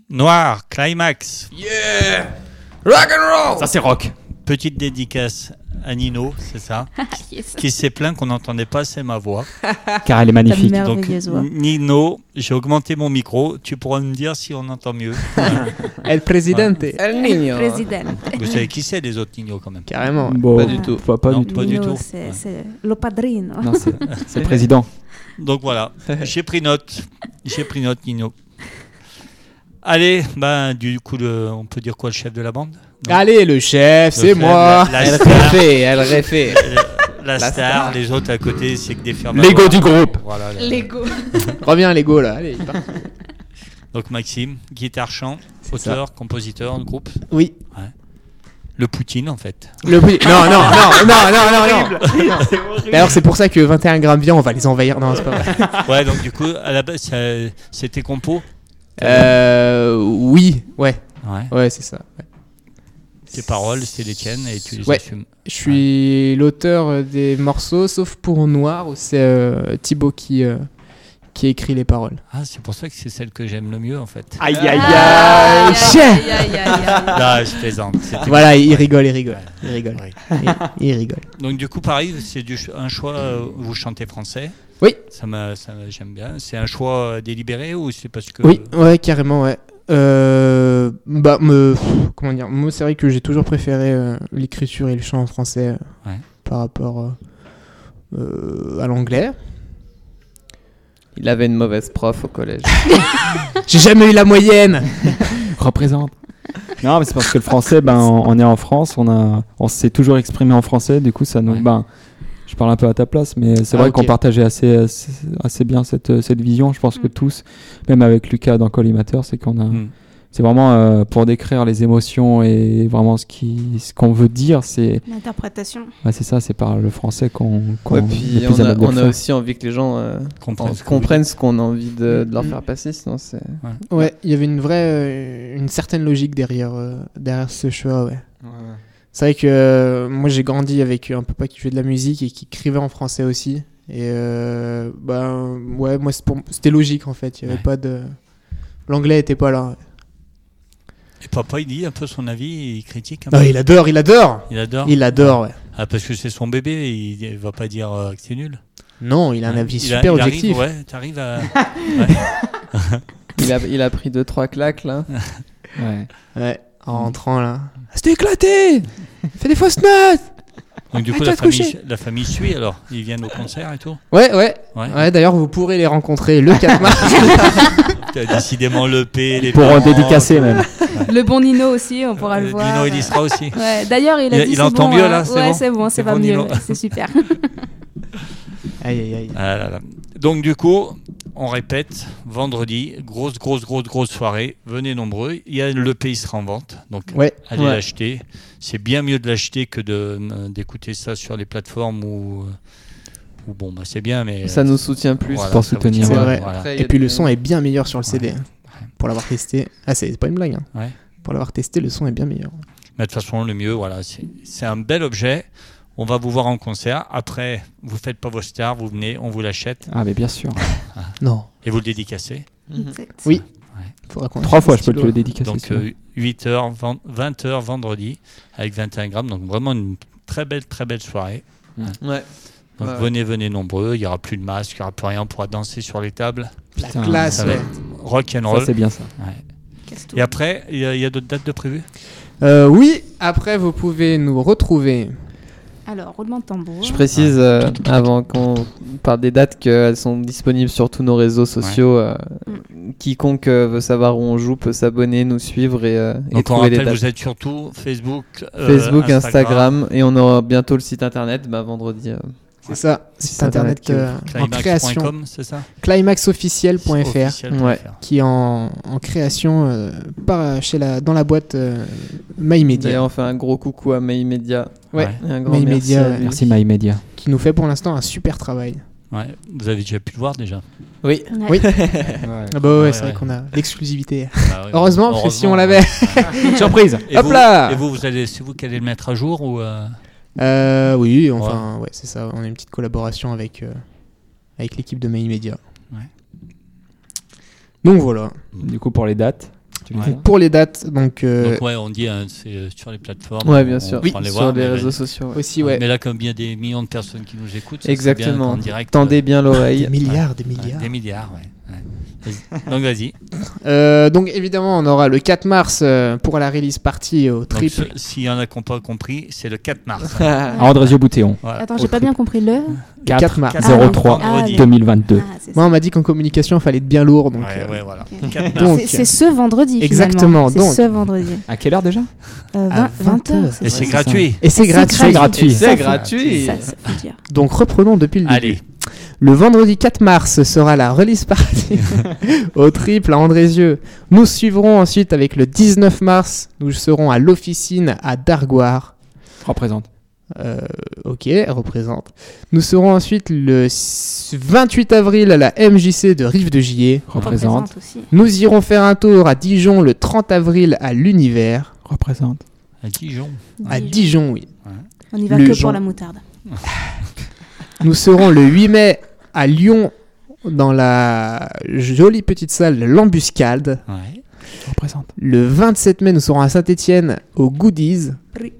Speaker 2: Noir, Climax.
Speaker 4: Ça, c'est rock.
Speaker 2: Petite dédicace à Nino, c'est ça
Speaker 5: Yes.
Speaker 2: Qui s'est plaint qu'on n'entendait pas assez ma voix.
Speaker 4: Car elle est magnifique.
Speaker 5: Ta mère.
Speaker 2: Donc,
Speaker 5: Merveilleuse voix.
Speaker 2: Nino, j'ai augmenté mon micro. Tu pourras me dire si on entend mieux.
Speaker 7: El Presidente.
Speaker 6: El Niño.
Speaker 5: Président.
Speaker 2: Vous savez qui c'est les autres Nino quand même
Speaker 7: Carrément.
Speaker 4: Bon,
Speaker 6: Pas du tout.
Speaker 4: Pas, pas
Speaker 2: Non.
Speaker 4: du tout.
Speaker 2: Pas du
Speaker 5: Nino,
Speaker 2: tout.
Speaker 5: C'est
Speaker 2: Ouais.
Speaker 5: c'est le padrino.
Speaker 4: Non, c'est c'est le président.
Speaker 2: Donc voilà, j'ai pris note. J'ai pris note, Nino. Allez, ben, du coup, le- on peut dire quoi, le chef de la bande
Speaker 7: Allez, le chef,
Speaker 2: Le
Speaker 7: c'est
Speaker 2: chef,
Speaker 7: moi.
Speaker 2: La, la
Speaker 6: Elle
Speaker 2: star,
Speaker 6: refait, elle refait.
Speaker 2: la- Euh, la star,
Speaker 6: star.
Speaker 2: les autres à côté, c'est que des fermes.
Speaker 4: L'ego du groupe.
Speaker 2: Voilà, là.
Speaker 7: Reviens, les go, là. Allez, il part.
Speaker 2: Donc Maxime, guitare, chant, auteur, compositeur, groupe.
Speaker 7: Oui.
Speaker 2: Le Poutine, en fait.
Speaker 7: Le prix- Non, non, non, non, non, non, non. D'ailleurs, c'est pour ça que 21 grammes bien, on va les envahir. Non, c'est pas vrai.
Speaker 2: Ouais, donc du coup, à la base, ça- c'était compo.
Speaker 7: Euh. Oui, ouais,
Speaker 2: Ouais.
Speaker 7: ouais, c'est ça. ouais.
Speaker 2: Tes paroles, c'est les tiennes et tu les
Speaker 7: Ouais.
Speaker 2: assumes.
Speaker 7: Je suis l'auteur euh, des morceaux, sauf pour Noir, où c'est euh, Thibaut qui, euh, qui écrit les paroles.
Speaker 2: Ah, c'est pour ça que c'est celle que j'aime le mieux, en fait.
Speaker 4: Aïe, aïe,
Speaker 7: Ah, aïe, chef. Ah.
Speaker 2: Là, Ah, je plaisante. c'était-
Speaker 7: Voilà, il rigole, il rigole, il rigole,
Speaker 2: Ouais.
Speaker 7: il, il rigole.
Speaker 2: Donc du coup, pareil, c'est du ch- un choix euh, où vous chantez français.
Speaker 7: Oui.
Speaker 2: Ça me, ça me- j'aime bien. C'est un choix euh, délibéré ou c'est parce que
Speaker 7: Oui, ouais, carrément, ouais. Euh, bah, me, pff, comment dire, moi c'est vrai que j'ai toujours préféré euh, l'écriture et le chant en français euh,
Speaker 2: Ouais.
Speaker 7: par rapport euh, euh, à l'anglais.
Speaker 6: Il avait une mauvaise prof au collège.
Speaker 7: J'ai jamais eu la moyenne.
Speaker 4: Représente. Non, mais c'est parce que le français, ben, on, on est en France, on, a, on s'est toujours exprimé en français, du coup, ça nous.
Speaker 2: Ouais.
Speaker 4: Ben, je parle un peu à ta place, mais c'est
Speaker 7: Ah,
Speaker 4: vrai
Speaker 7: ok.
Speaker 4: qu'on partageait assez, assez, assez bien cette, cette vision. Je pense que tous, même avec Lucas dans Collimateur, c'est qu'on a.
Speaker 2: Mm.
Speaker 4: C'est vraiment euh, pour décrire les émotions et vraiment ce qui ce qu'on veut dire, c'est
Speaker 5: L'interprétation.
Speaker 4: ouais, c'est ça, c'est par le français qu'on qu'on
Speaker 6: Ouais,
Speaker 4: est
Speaker 6: puis
Speaker 4: le plus
Speaker 6: on
Speaker 4: à
Speaker 6: a,
Speaker 4: même de le
Speaker 6: on a
Speaker 4: faire.
Speaker 6: aussi envie que les gens euh,
Speaker 2: Comprennent
Speaker 6: en-
Speaker 2: ce que vous
Speaker 6: comprennent ce qu'on a envie de, de leur
Speaker 7: Mm-hmm.
Speaker 6: faire passer, sinon c'est.
Speaker 7: Ouais, il y avait une vraie, euh, une certaine logique derrière, euh, derrière ce choix, ouais. C'est vrai que euh, moi j'ai grandi avec un papa qui jouait de la musique et qui écrivait en français aussi. Et euh, bah, ouais, moi c'est pour- c'était logique en fait. Il y avait
Speaker 2: Ouais.
Speaker 7: pas de, l'anglais était pas là.
Speaker 2: Et papa, il dit un peu son avis, il critique un
Speaker 7: Non,
Speaker 2: peu.
Speaker 7: il adore, il adore,
Speaker 2: Il adore.
Speaker 7: il adore. bah. Ouais.
Speaker 2: Ah, parce que c'est son bébé, il il va pas dire euh, que c'est nul.
Speaker 7: Non, il a un
Speaker 2: Hein,
Speaker 7: avis
Speaker 2: il a-
Speaker 7: super
Speaker 2: il arrive,
Speaker 7: objectif.
Speaker 2: ouais, t'arrives à.
Speaker 6: Il a, il a pris deux trois claques là.
Speaker 4: Ouais.
Speaker 7: Ouais, en rentrant là. C'était éclaté. Fais des fausses notes.
Speaker 2: Donc du
Speaker 7: Ah,
Speaker 2: coup,
Speaker 7: tu vas
Speaker 2: la
Speaker 7: te
Speaker 2: famille,
Speaker 7: coucher.
Speaker 2: la famille suit alors. Ils viennent au concert et tout.
Speaker 7: Ouais, ouais.
Speaker 2: Ouais.
Speaker 7: Ouais, d'ailleurs, vous pourrez les rencontrer le 4 mars.
Speaker 2: T'as décidément le P, les
Speaker 4: Pour en
Speaker 2: parents,
Speaker 4: dédicacer même.
Speaker 5: Le bon Nino aussi, on
Speaker 2: euh,
Speaker 5: pourra le voir.
Speaker 2: Dino, il y sera aussi.
Speaker 5: Ouais, D'ailleurs, il a
Speaker 2: Il-
Speaker 5: dit
Speaker 2: il
Speaker 5: c'est
Speaker 2: entend
Speaker 5: bon,
Speaker 2: mieux,
Speaker 5: euh,
Speaker 2: là, c'est
Speaker 5: Ouais,
Speaker 2: bon.
Speaker 5: c'est bon,
Speaker 2: C'est
Speaker 5: ça va
Speaker 2: bon,
Speaker 5: mieux.
Speaker 2: Nino.
Speaker 5: C'est super.
Speaker 7: aïe, aïe, aïe.
Speaker 2: Ah là là. Donc du coup, on répète, vendredi, grosse, grosse, grosse, grosse soirée, venez nombreux. Il y a le pays sera en vente, donc
Speaker 7: Ouais.
Speaker 2: allez
Speaker 7: Ouais.
Speaker 2: l'acheter. C'est bien mieux de l'acheter que de- euh, d'écouter ça sur les plateformes où, où bon, bah, c'est bien, mais...
Speaker 6: Ça nous soutient plus.
Speaker 2: Voilà,
Speaker 4: pour
Speaker 2: ça vous
Speaker 4: soutenir.
Speaker 2: tient,
Speaker 7: C'est vrai.
Speaker 2: voilà.
Speaker 6: Après, il y
Speaker 7: Et
Speaker 6: a
Speaker 7: puis le
Speaker 6: des-
Speaker 7: son est bien meilleur sur le
Speaker 2: Ouais.
Speaker 7: CD. hein. Pour l'avoir testé. Ah, c'est c'est pas une blague. hein.
Speaker 2: Ouais.
Speaker 7: Pour l'avoir testé, le son est bien meilleur.
Speaker 2: Mais de toute façon, le mieux, voilà, c'est c'est un bel objet. On va vous voir en concert. Après, vous faites pas vos stars, vous venez, on vous l'achète
Speaker 4: Ah mais bien sûr.
Speaker 7: Non.
Speaker 2: et vous le dédicacez.
Speaker 6: Mhm.
Speaker 5: Exact.
Speaker 7: Oui. Faudra qu'on
Speaker 4: Trois
Speaker 7: achète
Speaker 4: fois
Speaker 7: un
Speaker 4: je peux te
Speaker 7: stylo. hein.
Speaker 4: le dédicacer.
Speaker 2: Donc euh,
Speaker 4: celui-là.
Speaker 2: 8h, 20h vendredi avec 21 grammes. Donc vraiment une très belle, très belle soirée.
Speaker 6: Ouais.
Speaker 2: Donc
Speaker 6: Ouais.
Speaker 2: venez, venez nombreux. Il n'y aura plus de masque, il n'y aura plus rien. On pourra danser sur les tables.
Speaker 7: La
Speaker 4: Putain,
Speaker 7: classe,
Speaker 2: Ça va
Speaker 7: ouais.
Speaker 2: être rock and
Speaker 4: ça
Speaker 2: roll.
Speaker 4: c'est bien ça.
Speaker 5: Casse tout.
Speaker 2: Et après, il y a, il y a d'autres dates de prévues
Speaker 7: Euh, oui, après vous pouvez nous retrouver.
Speaker 5: Alors, roulement de tambour.
Speaker 6: Je précise euh, avant qu'on parle des dates qu'elles sont disponibles sur tous nos réseaux sociaux. euh, Quiconque euh, veut savoir où on joue peut s'abonner, nous suivre et, euh,
Speaker 2: Donc
Speaker 6: et
Speaker 2: on
Speaker 6: trouver les
Speaker 2: rappelle,
Speaker 6: dates.
Speaker 2: vous êtes surtout Facebook, euh,
Speaker 6: Facebook, Instagram, et on aura bientôt le site internet bah, vendredi. euh.
Speaker 7: C'est ça,
Speaker 4: Site
Speaker 7: site internet euh, en création.
Speaker 2: climax.com, c'est ça
Speaker 7: climaxofficiel.fr
Speaker 2: Officiel.fr.
Speaker 6: Ouais.
Speaker 7: qui est en, en création euh, par, chez la, dans la boîte euh, My Media,
Speaker 6: D'ailleurs, on fait un gros coucou à Mail Media.
Speaker 7: Ouais.
Speaker 6: Et Un grand
Speaker 7: Mail
Speaker 6: merci.
Speaker 7: Media,
Speaker 6: à
Speaker 7: ouais.
Speaker 6: lui.
Speaker 4: Merci My Media.
Speaker 7: qui nous fait pour l'instant un super travail.
Speaker 2: Ouais. Vous avez déjà pu le voir déjà.
Speaker 6: Oui.
Speaker 5: Ouais.
Speaker 7: Oui. Ah bah ouais,
Speaker 2: Ouais,
Speaker 7: c'est
Speaker 2: ouais.
Speaker 7: vrai qu'on a l'exclusivité.
Speaker 2: Bah oui,
Speaker 7: Heureusement, parce que si on l'avait-
Speaker 4: Surprise.
Speaker 2: Et
Speaker 7: Hop
Speaker 2: vous-
Speaker 7: là
Speaker 2: Et vous, vous allez, c'est vous qui allez le mettre à jour ou euh,
Speaker 7: Euh, oui, enfin, ouais, c'est ça. On a une petite collaboration avec, euh, avec l'équipe de My Media.
Speaker 2: Ouais.
Speaker 7: Donc voilà.
Speaker 4: Du coup pour les dates. tu les
Speaker 2: Ouais.
Speaker 4: as
Speaker 7: Pour les dates, donc, euh,
Speaker 2: Donc ouais, on dit hein, c'est euh, sur les plateformes.
Speaker 6: Ouais, bien
Speaker 2: on
Speaker 6: sûr.
Speaker 2: peut aller
Speaker 6: sur
Speaker 2: voir,
Speaker 6: les
Speaker 2: mais-
Speaker 6: réseaux sociaux. ouais.
Speaker 7: aussi, ouais.
Speaker 2: Mais là, comme il y a des millions de personnes qui nous écoutent, ça serait bien
Speaker 6: Exactement.
Speaker 2: qu'en direct.
Speaker 6: Tendez bien
Speaker 7: Des
Speaker 6: l'oreille.
Speaker 7: milliards, des
Speaker 2: euh, ouais,
Speaker 7: milliards.
Speaker 2: des milliards, ouais. ouais. Vas-y. Donc vas-y.
Speaker 7: Euh, donc évidemment, on aura le 4 mars euh, pour la release party au
Speaker 2: Donc,
Speaker 7: triple.
Speaker 2: ce- S'il y en a qui n'ont pas compris, c'est le 4 mars.
Speaker 6: Ah,
Speaker 4: À Andrézieux Boutéon,
Speaker 2: Voilà.
Speaker 5: Attends, j'ai pas bien compris le.
Speaker 7: 4,
Speaker 4: 4
Speaker 7: mars.
Speaker 5: Ah,
Speaker 4: 03
Speaker 5: vendredi.
Speaker 4: 2022.
Speaker 5: Ah, c'est ça.
Speaker 7: Moi, on m'a dit qu'en communication, il fallait être bien lourd. Donc,
Speaker 2: ouais,
Speaker 7: euh,
Speaker 2: ouais, voilà.
Speaker 5: Ok.
Speaker 2: 4 mars.
Speaker 7: donc,
Speaker 5: C'est- C'est ce vendredi. finalement.
Speaker 7: Exactement,
Speaker 5: C'est
Speaker 7: donc.
Speaker 5: ce vendredi.
Speaker 4: À quelle heure déjà
Speaker 5: Euh,
Speaker 7: À
Speaker 5: 20
Speaker 7: 20
Speaker 5: h
Speaker 7: heures.
Speaker 2: Et c'est
Speaker 4: ça.
Speaker 2: gratuit.
Speaker 7: Et c'est
Speaker 5: C'est
Speaker 7: gratuit.
Speaker 5: gratuit.
Speaker 6: C'est
Speaker 5: C'est
Speaker 6: gratuit.
Speaker 5: Ça, ça faut dire.
Speaker 7: Donc reprenons depuis le début.
Speaker 2: Allez,
Speaker 7: Le vendredi 4 mars sera la release party au triple à Andrézieux. Nous suivrons ensuite avec le 19 mars. Nous serons à l'officine à Dargoire.
Speaker 4: Représente.
Speaker 7: Euh, ok, représente. Nous serons ensuite le s- 28 avril à la MJC de Rive de Gier.
Speaker 4: Représente.
Speaker 5: aussi.
Speaker 7: Nous irons faire un tour à Dijon le 30 avril à l'Univers.
Speaker 4: Représente.
Speaker 2: à Dijon.
Speaker 7: À
Speaker 5: Dijon.
Speaker 7: Dijon, oui.
Speaker 5: On y va
Speaker 7: Le
Speaker 5: que
Speaker 7: Jean.
Speaker 5: pour la moutarde.
Speaker 7: Nous serons le 8 mai à Lyon dans la jolie petite salle de l'Embuscade.
Speaker 2: Ouais.
Speaker 4: Représente.
Speaker 7: Le 27 mai, nous serons à Saint-Étienne au Goodies.
Speaker 5: Oui.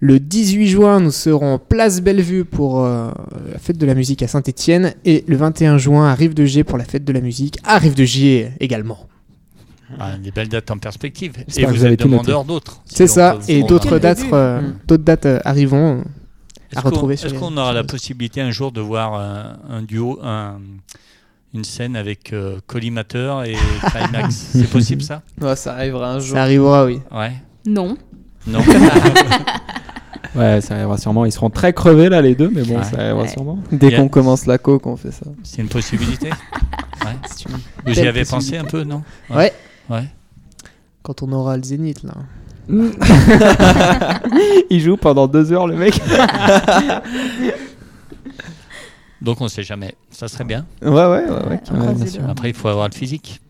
Speaker 7: Le 18 juin, nous serons place Bellevue pour euh, la fête de la musique à Saint-Étienne et le 21 juin à Rive de Gier pour la fête de la musique à Rive de Gier également.
Speaker 2: Ah, des belles dates en perspective. Et
Speaker 4: J'espère que
Speaker 2: vous,
Speaker 4: vous avez
Speaker 2: êtes
Speaker 4: tout noté.
Speaker 2: demandeur d'autres.
Speaker 7: C'est
Speaker 2: Si
Speaker 7: ça
Speaker 2: on peut
Speaker 7: et
Speaker 2: vous
Speaker 7: d'autres
Speaker 2: demander.
Speaker 7: dates euh,
Speaker 6: Mm.
Speaker 7: d'autres dates euh, arriveront.
Speaker 2: Est-ce
Speaker 7: à
Speaker 2: qu'on-
Speaker 7: retrouver sur
Speaker 2: Est-ce
Speaker 7: les-
Speaker 2: qu'on aura
Speaker 7: sur
Speaker 2: la
Speaker 7: les-
Speaker 2: possibilité un jour de voir euh, un duo, un- une scène avec euh, Collimateur et Climax C'est possible ça
Speaker 6: Ouais, ça arrivera un jour.
Speaker 7: Ça arrivera oui.
Speaker 2: Ouais.
Speaker 5: Non.
Speaker 2: Non.
Speaker 4: Ouais, ça arrivera sûrement. Ils seront très crevés là, les deux, mais bon,
Speaker 2: Ouais.
Speaker 4: ça arrivera
Speaker 5: Ouais.
Speaker 4: sûrement.
Speaker 6: Dès
Speaker 2: Yeah.
Speaker 6: qu'on commence la coke, on fait ça.
Speaker 2: C'est une possibilité. Ouais.
Speaker 7: C'est une
Speaker 2: Vous y
Speaker 7: belle
Speaker 2: avez pensé
Speaker 7: possibilité.
Speaker 2: un peu, non
Speaker 7: Ouais.
Speaker 2: Ouais.
Speaker 7: Quand on aura le zénith là.
Speaker 4: Il joue pendant deux heures, le mec.
Speaker 2: Donc on ne sait jamais. Ça serait bien.
Speaker 6: Ouais, ouais, ouais,
Speaker 5: Ouais,
Speaker 6: ouais.
Speaker 5: on
Speaker 6: ouais,
Speaker 5: croise
Speaker 6: bien
Speaker 5: les
Speaker 6: sûr.
Speaker 5: doigts.
Speaker 2: Après, il faut avoir le physique.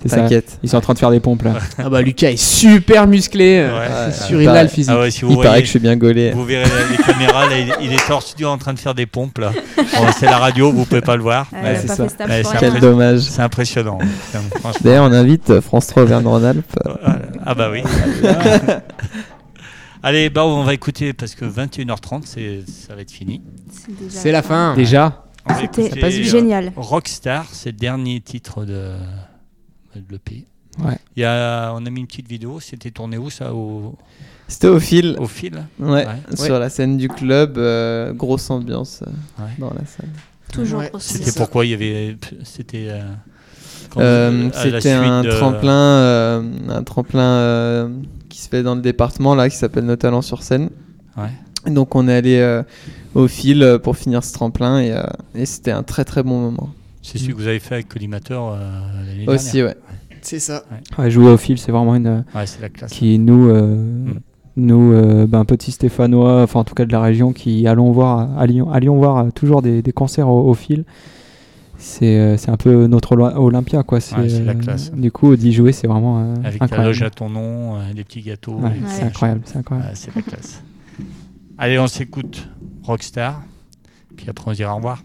Speaker 4: C'est ça.
Speaker 6: T'inquiète.
Speaker 4: Ils sont en train de faire des pompes là.
Speaker 7: Ah bah Lucas est super musclé. euh,
Speaker 6: Ouais.
Speaker 7: Sur
Speaker 6: Il
Speaker 7: il a
Speaker 6: paraît-
Speaker 7: le physique.
Speaker 2: Ah ouais, si vous
Speaker 6: Il paraît
Speaker 2: voyez,
Speaker 6: que je suis bien gaulé.
Speaker 2: vous verrez la- les caméras, là, il, il est torse nu en train de faire des pompes. là. Bon, c'est la radio, vous pouvez pas le voir.
Speaker 5: Elle
Speaker 2: mais
Speaker 5: a
Speaker 4: c'est
Speaker 5: pas
Speaker 4: ça.
Speaker 5: fait stable
Speaker 2: Ouais,
Speaker 5: pour
Speaker 2: c'est
Speaker 5: rien.
Speaker 6: Quel dommage.
Speaker 2: C'est impressionnant. Putain, franchement.
Speaker 6: D'ailleurs, on invite euh, France 3 Verne-Rhône-Alpes.
Speaker 2: Ah bah oui. Allez, bah on va écouter parce que 21h30, c'est- ça va être fini.
Speaker 5: C'est déjà-
Speaker 7: C'est la fin.
Speaker 4: Déjà,
Speaker 2: On va
Speaker 5: C'était
Speaker 2: écouter, euh,
Speaker 5: génial.
Speaker 2: Rockstar, c'est le dernier titre de, de l'EP.
Speaker 4: Ouais.
Speaker 2: Il y a, on a mis une petite vidéo, c'était tourné où ça au,
Speaker 6: C'était au fil.
Speaker 2: au fil
Speaker 6: Ouais,
Speaker 2: Ouais.
Speaker 6: sur la scène du club, euh, grosse ambiance euh,
Speaker 2: Ouais.
Speaker 6: dans la salle.
Speaker 5: Toujours.
Speaker 7: Ouais.
Speaker 5: aussi.
Speaker 2: C'était pourquoi il y avait. C'était. euh, quand-
Speaker 6: Euh,
Speaker 2: à la
Speaker 6: C'était un,
Speaker 2: suite de-
Speaker 6: tremplin, euh, un tremplin euh, qui se fait dans le département là, qui s'appelle Nos Talents sur scène.
Speaker 2: Ouais.
Speaker 6: Et Donc on est allé euh, au fil euh, pour finir ce tremplin et, euh, et c'était un très très bon moment.
Speaker 2: C'est celui que vous avez fait avec Collimateur euh, l'année
Speaker 6: Aussi, ouais.
Speaker 7: C'est ça.
Speaker 4: ouais, jouer au fil, c'est vraiment une euh,
Speaker 2: dernière. Ouais, c'est Mm. la classe.
Speaker 4: qui nous, euh, nous, euh, ben, petits Stéphanois, enfin en tout cas de la région, qui allons voir à Lyon, allons voir euh, toujours des, des concerts au, au fil. C'est euh, c'est un peu notre Olo- Olympia quoi. euh,
Speaker 2: Ouais, c'est la classe.
Speaker 4: Du coup, d'y jouer, c'est vraiment euh,
Speaker 2: Avec ta
Speaker 4: incroyable.
Speaker 2: loge à ton nom, euh, des petits gâteaux.
Speaker 4: Ouais,
Speaker 2: et-
Speaker 4: C'est incroyable, c'est incroyable.
Speaker 2: Ah, c'est la classe. Allez, on s'écoute Rockstar. Puis après, on se dira au revoir. Ah,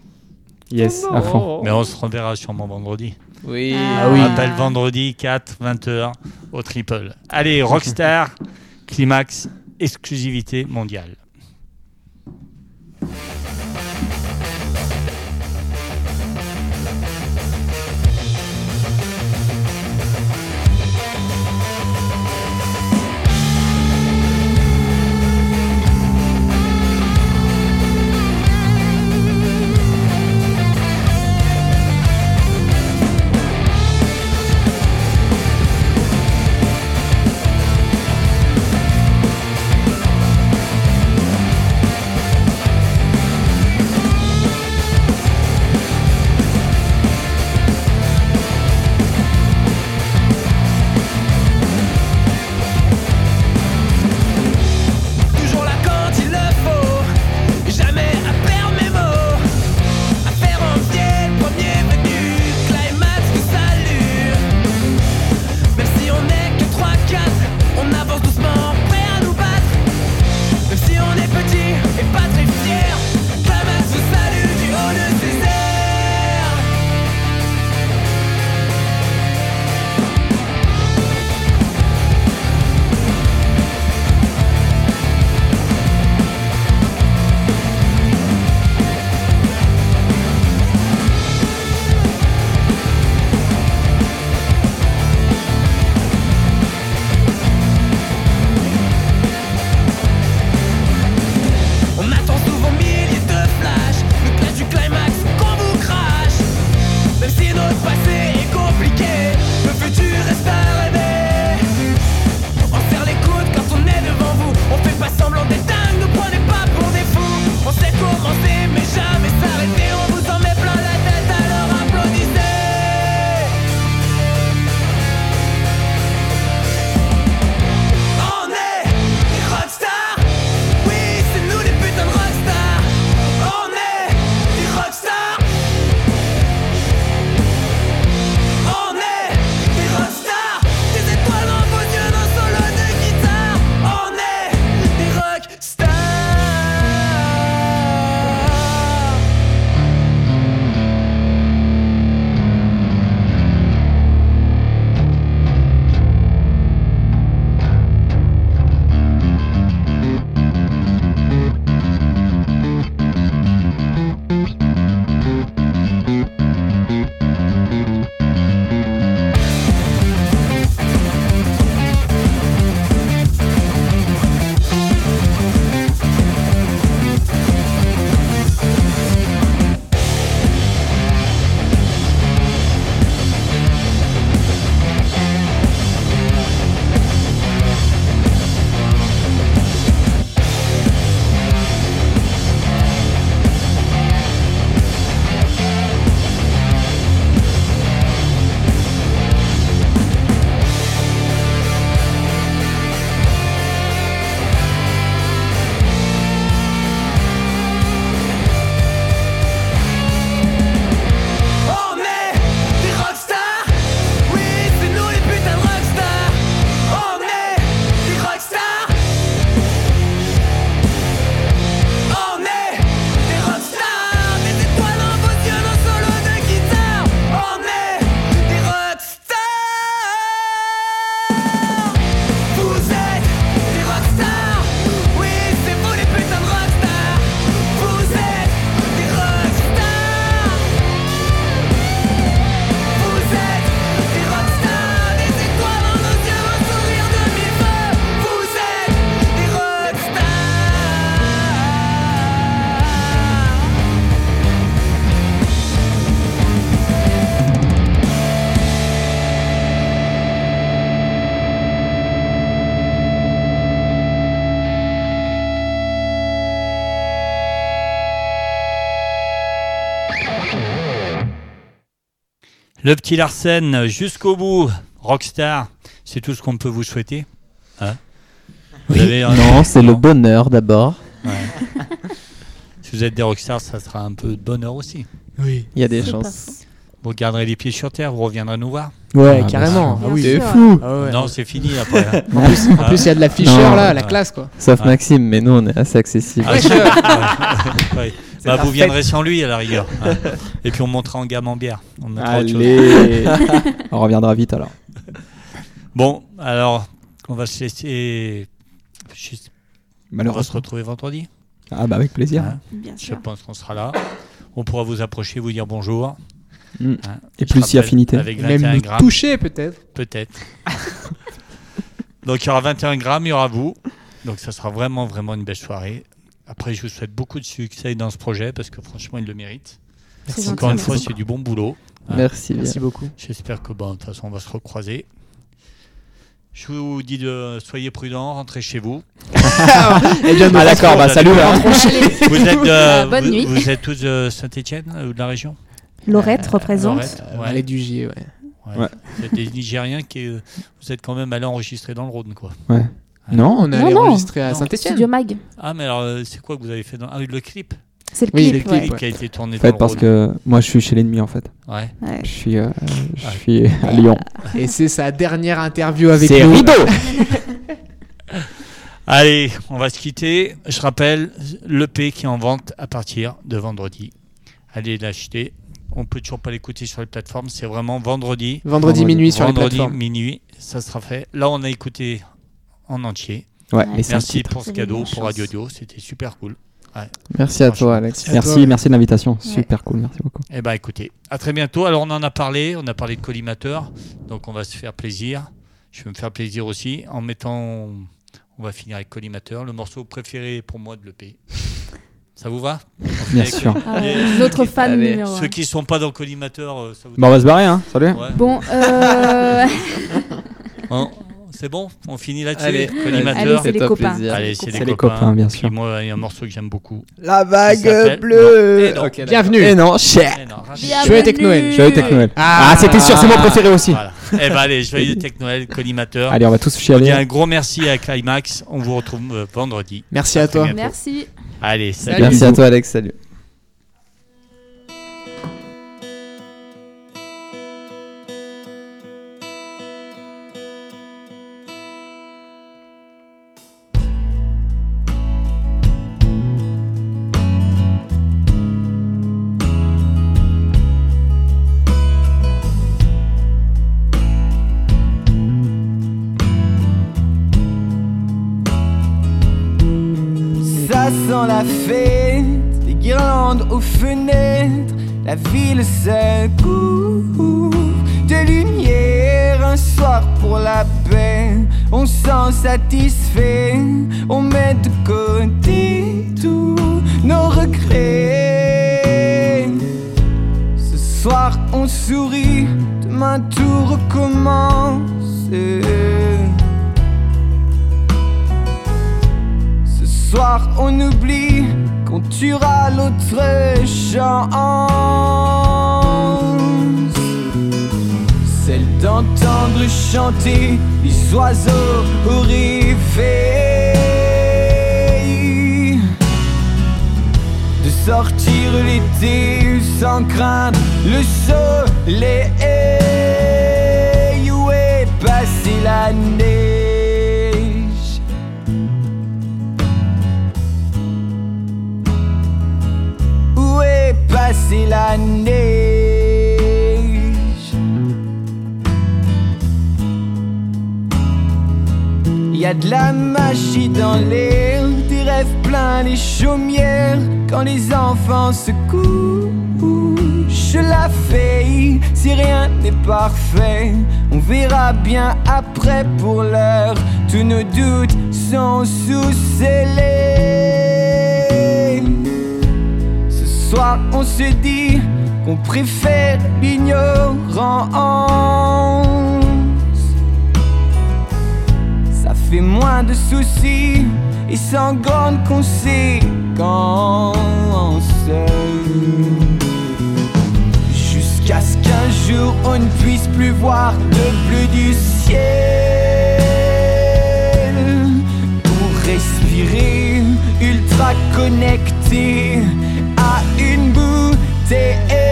Speaker 4: Yes, à fond.
Speaker 2: Mais on se reverra sûrement vendredi.
Speaker 6: Oui.
Speaker 5: Ah
Speaker 2: On
Speaker 5: oui.
Speaker 2: rappelle vendredi 4, 20h au triple. Allez, Rockstar, Climax, exclusivité mondiale.
Speaker 3: Rockstar,
Speaker 2: Le petit Larsen jusqu'au bout, rockstar, c'est tout ce qu'on peut vous souhaiter. Hein Vous avez un-
Speaker 6: Non, c'est le bonheur d'abord.
Speaker 2: Si vous êtes des rockstars, ça sera un peu de bonheur aussi.
Speaker 7: Oui.
Speaker 6: Il y a des
Speaker 5: C'est pas
Speaker 6: chances.
Speaker 2: Vous garderez les pieds sur terre, vous reviendrez nous voir.
Speaker 7: Ouais,
Speaker 6: Ah,
Speaker 7: carrément.
Speaker 5: bien
Speaker 7: Ah oui.
Speaker 5: sûr.
Speaker 7: Ah ouais.
Speaker 2: Non, c'est fini après. hein.
Speaker 7: En plus, en plus, il y a de la ficheur
Speaker 6: Non.
Speaker 7: là, la
Speaker 2: Ouais.
Speaker 7: classe quoi.
Speaker 6: Sauf
Speaker 2: Ouais.
Speaker 6: Maxime, mais nous on est assez accessible.
Speaker 2: Ah,
Speaker 7: je-
Speaker 2: ouais. Ouais.
Speaker 7: C'est
Speaker 2: Bah,
Speaker 7: la
Speaker 2: vous
Speaker 7: fête.
Speaker 2: viendrez sans lui à la rigueur. hein. Et puis on montera en gamme en bière. On montera autre chose.
Speaker 4: Allez On reviendra vite alors.
Speaker 2: Bon, alors, on va se laisser. je- On va se
Speaker 4: Malheureusement.
Speaker 2: retrouver vendredi.
Speaker 4: Ah bah avec plaisir.
Speaker 2: Hein,
Speaker 5: Bien
Speaker 2: je
Speaker 5: sûr.
Speaker 2: pense qu'on sera là. On pourra vous approcher, vous dire bonjour.
Speaker 4: Mm.
Speaker 2: Hein, je
Speaker 4: Et plus si
Speaker 2: rappelle,
Speaker 4: affinité.
Speaker 2: Avec
Speaker 7: Même
Speaker 2: 21
Speaker 7: nous
Speaker 2: grammes,
Speaker 7: toucher peut-être.
Speaker 2: peut-être. Donc il y aura 21 grammes, il y aura vous. Donc ça sera vraiment, vraiment une belle soirée. Après, je vous souhaite beaucoup de succès dans ce projet parce que franchement, il le mérite.
Speaker 5: Merci
Speaker 2: Encore une
Speaker 5: gentil,
Speaker 2: fois,
Speaker 5: merci.
Speaker 2: c'est du bon boulot. Ah, Ouais.
Speaker 6: Merci bien.
Speaker 7: Merci beaucoup.
Speaker 2: J'espère que bah, de toute façon, on va se recroiser. Je vous dis de soyez prudents, rentrez chez vous.
Speaker 4: Eh
Speaker 6: Ah d'accord, bah salut alors.
Speaker 2: hein.
Speaker 4: hein.
Speaker 2: Vous êtes, euh,
Speaker 5: Bah, bonne
Speaker 2: vous,
Speaker 5: nuit.
Speaker 2: vous êtes tous de Saint-Etienne ou de la région
Speaker 5: Laurette représente.
Speaker 2: Lorette, ouais.
Speaker 7: Allez du J, ouais.
Speaker 2: Ouais.
Speaker 4: Ouais.
Speaker 2: Vous êtes des Nigériens qui euh, vous êtes quand même allés enregistrer dans le Rhône quoi. ah.
Speaker 7: Non, on est
Speaker 5: Non,
Speaker 7: allé
Speaker 5: non.
Speaker 7: enregistrer à
Speaker 2: Non.
Speaker 5: Studio
Speaker 7: Saint-Etienne.
Speaker 5: Mag.
Speaker 2: Ah mais alors euh, c'est quoi que vous avez fait dans ah, oui, le clip
Speaker 5: C'est le
Speaker 7: Oui,
Speaker 5: clip.
Speaker 7: le
Speaker 5: ouais.
Speaker 7: clip.
Speaker 2: qui a été tourné
Speaker 4: En fait,
Speaker 2: dans
Speaker 4: parce
Speaker 2: le Rhône.
Speaker 4: que moi je suis chez l'ennemi en fait.
Speaker 2: Ouais.
Speaker 5: Ouais.
Speaker 4: Je suis, euh,
Speaker 2: Ah.
Speaker 4: je suis à Lyon.
Speaker 7: Et c'est sa dernière interview avec
Speaker 6: C'est
Speaker 7: nous.
Speaker 6: rideau.
Speaker 2: Allez, on va se quitter. Je rappelle l'EP qui est en vente à partir de vendredi. Allez l'acheter. On peut toujours pas l'écouter sur les plateformes. C'est vraiment vendredi.
Speaker 7: Vendredi
Speaker 4: Vendredi.
Speaker 7: minuit sur les
Speaker 2: vendredi
Speaker 7: plateformes.
Speaker 2: minuit, ça sera fait. Là, on a écouté en entier.
Speaker 4: Ouais,
Speaker 5: Ouais.
Speaker 4: et c'est un
Speaker 2: Merci
Speaker 4: titre.
Speaker 2: pour ce
Speaker 5: Vous avez
Speaker 2: cadeau
Speaker 5: bien
Speaker 2: pour
Speaker 5: chance.
Speaker 2: Radio Dio. C'était super cool.
Speaker 6: Merci à
Speaker 2: Franchement.
Speaker 6: toi Alex.
Speaker 4: Merci, merci de l'invitation. Super cool, merci beaucoup.
Speaker 2: Eh ben écoutez, à très bientôt. Alors on en a parlé, on a parlé de collimateur, donc on va se faire plaisir. Je vais me faire plaisir aussi en mettant, on va finir avec collimateur, le morceau préféré pour moi de l'EP. Ça vous va
Speaker 4: Bien sûr.
Speaker 5: Ah ouais,
Speaker 2: Et
Speaker 5: Notre fan
Speaker 6: Allez.
Speaker 5: numéro un.
Speaker 2: Ceux qui sont pas dans collimateur, euh, ça vous
Speaker 4: Bon, on va se barrer, hein. Salut.
Speaker 2: Ouais.
Speaker 5: Bon, euh,
Speaker 2: Hein C'est bon, on finit là-dessus.
Speaker 6: Allez.
Speaker 2: collimateur.
Speaker 5: Allez, c'est les
Speaker 6: Top
Speaker 5: copains.
Speaker 6: plaisir.
Speaker 2: Allez, c'est les,
Speaker 4: C'est les
Speaker 2: copains.
Speaker 4: copains, bien
Speaker 2: Puis
Speaker 4: sûr.
Speaker 2: moi, il y a un morceau que j'aime beaucoup.
Speaker 6: La
Speaker 2: Il s'appelle-
Speaker 6: vague
Speaker 2: Non. Eh
Speaker 6: bleue.
Speaker 2: non.
Speaker 7: Bienvenue.
Speaker 6: Et non, cher.
Speaker 2: Eh non, ravi.
Speaker 5: bienvenue.
Speaker 7: Je vais avec Noël,
Speaker 4: Je suis avec Noël.
Speaker 7: Ah,
Speaker 4: Ah, c'était sûr, c'est mon préféré aussi.
Speaker 2: Voilà. Eh ben allez, joyeux Tech Noël, collimateur.
Speaker 4: Allez, on va tous
Speaker 2: On dit
Speaker 4: chialer.
Speaker 2: un gros merci à Climax. On vous retrouve euh, vendredi.
Speaker 7: Merci
Speaker 6: Ah,
Speaker 7: à
Speaker 2: très
Speaker 7: toi.
Speaker 2: bientôt.
Speaker 5: Merci.
Speaker 2: Allez, salut.
Speaker 6: Merci à toi Alex, salut.
Speaker 3: Ça sent la fête, les guirlandes aux fenêtres, la ville se couvre de lumière. Un soir pour la paix, on s'en satisfait, on met de côté tous nos regrets. Ce soir on sourit, demain tout recommence. Ce soir, on oublie qu'on tuera l'autre chance. Celle d'entendre chanter les oiseaux au réveil. De sortir l'été sans craindre le soleil. Où est passée la neige? Où est passée la neige Y a de la magie dans l'air, des rêves pleins les chaumières. Quand les enfants se couchent, la fée, si rien n'est parfait, on verra bien après pour l'heure. Tous nos doutes sont sous scellés. Ce soir, on se dit qu'on préfère l'ignorance. Ça fait moins de soucis et sans grande conséquence. Jusqu'à Jusqu'à ce qu'un jour on ne puisse plus voir le bleu du ciel pour respirer ultra connecté à une bouteille. Oh,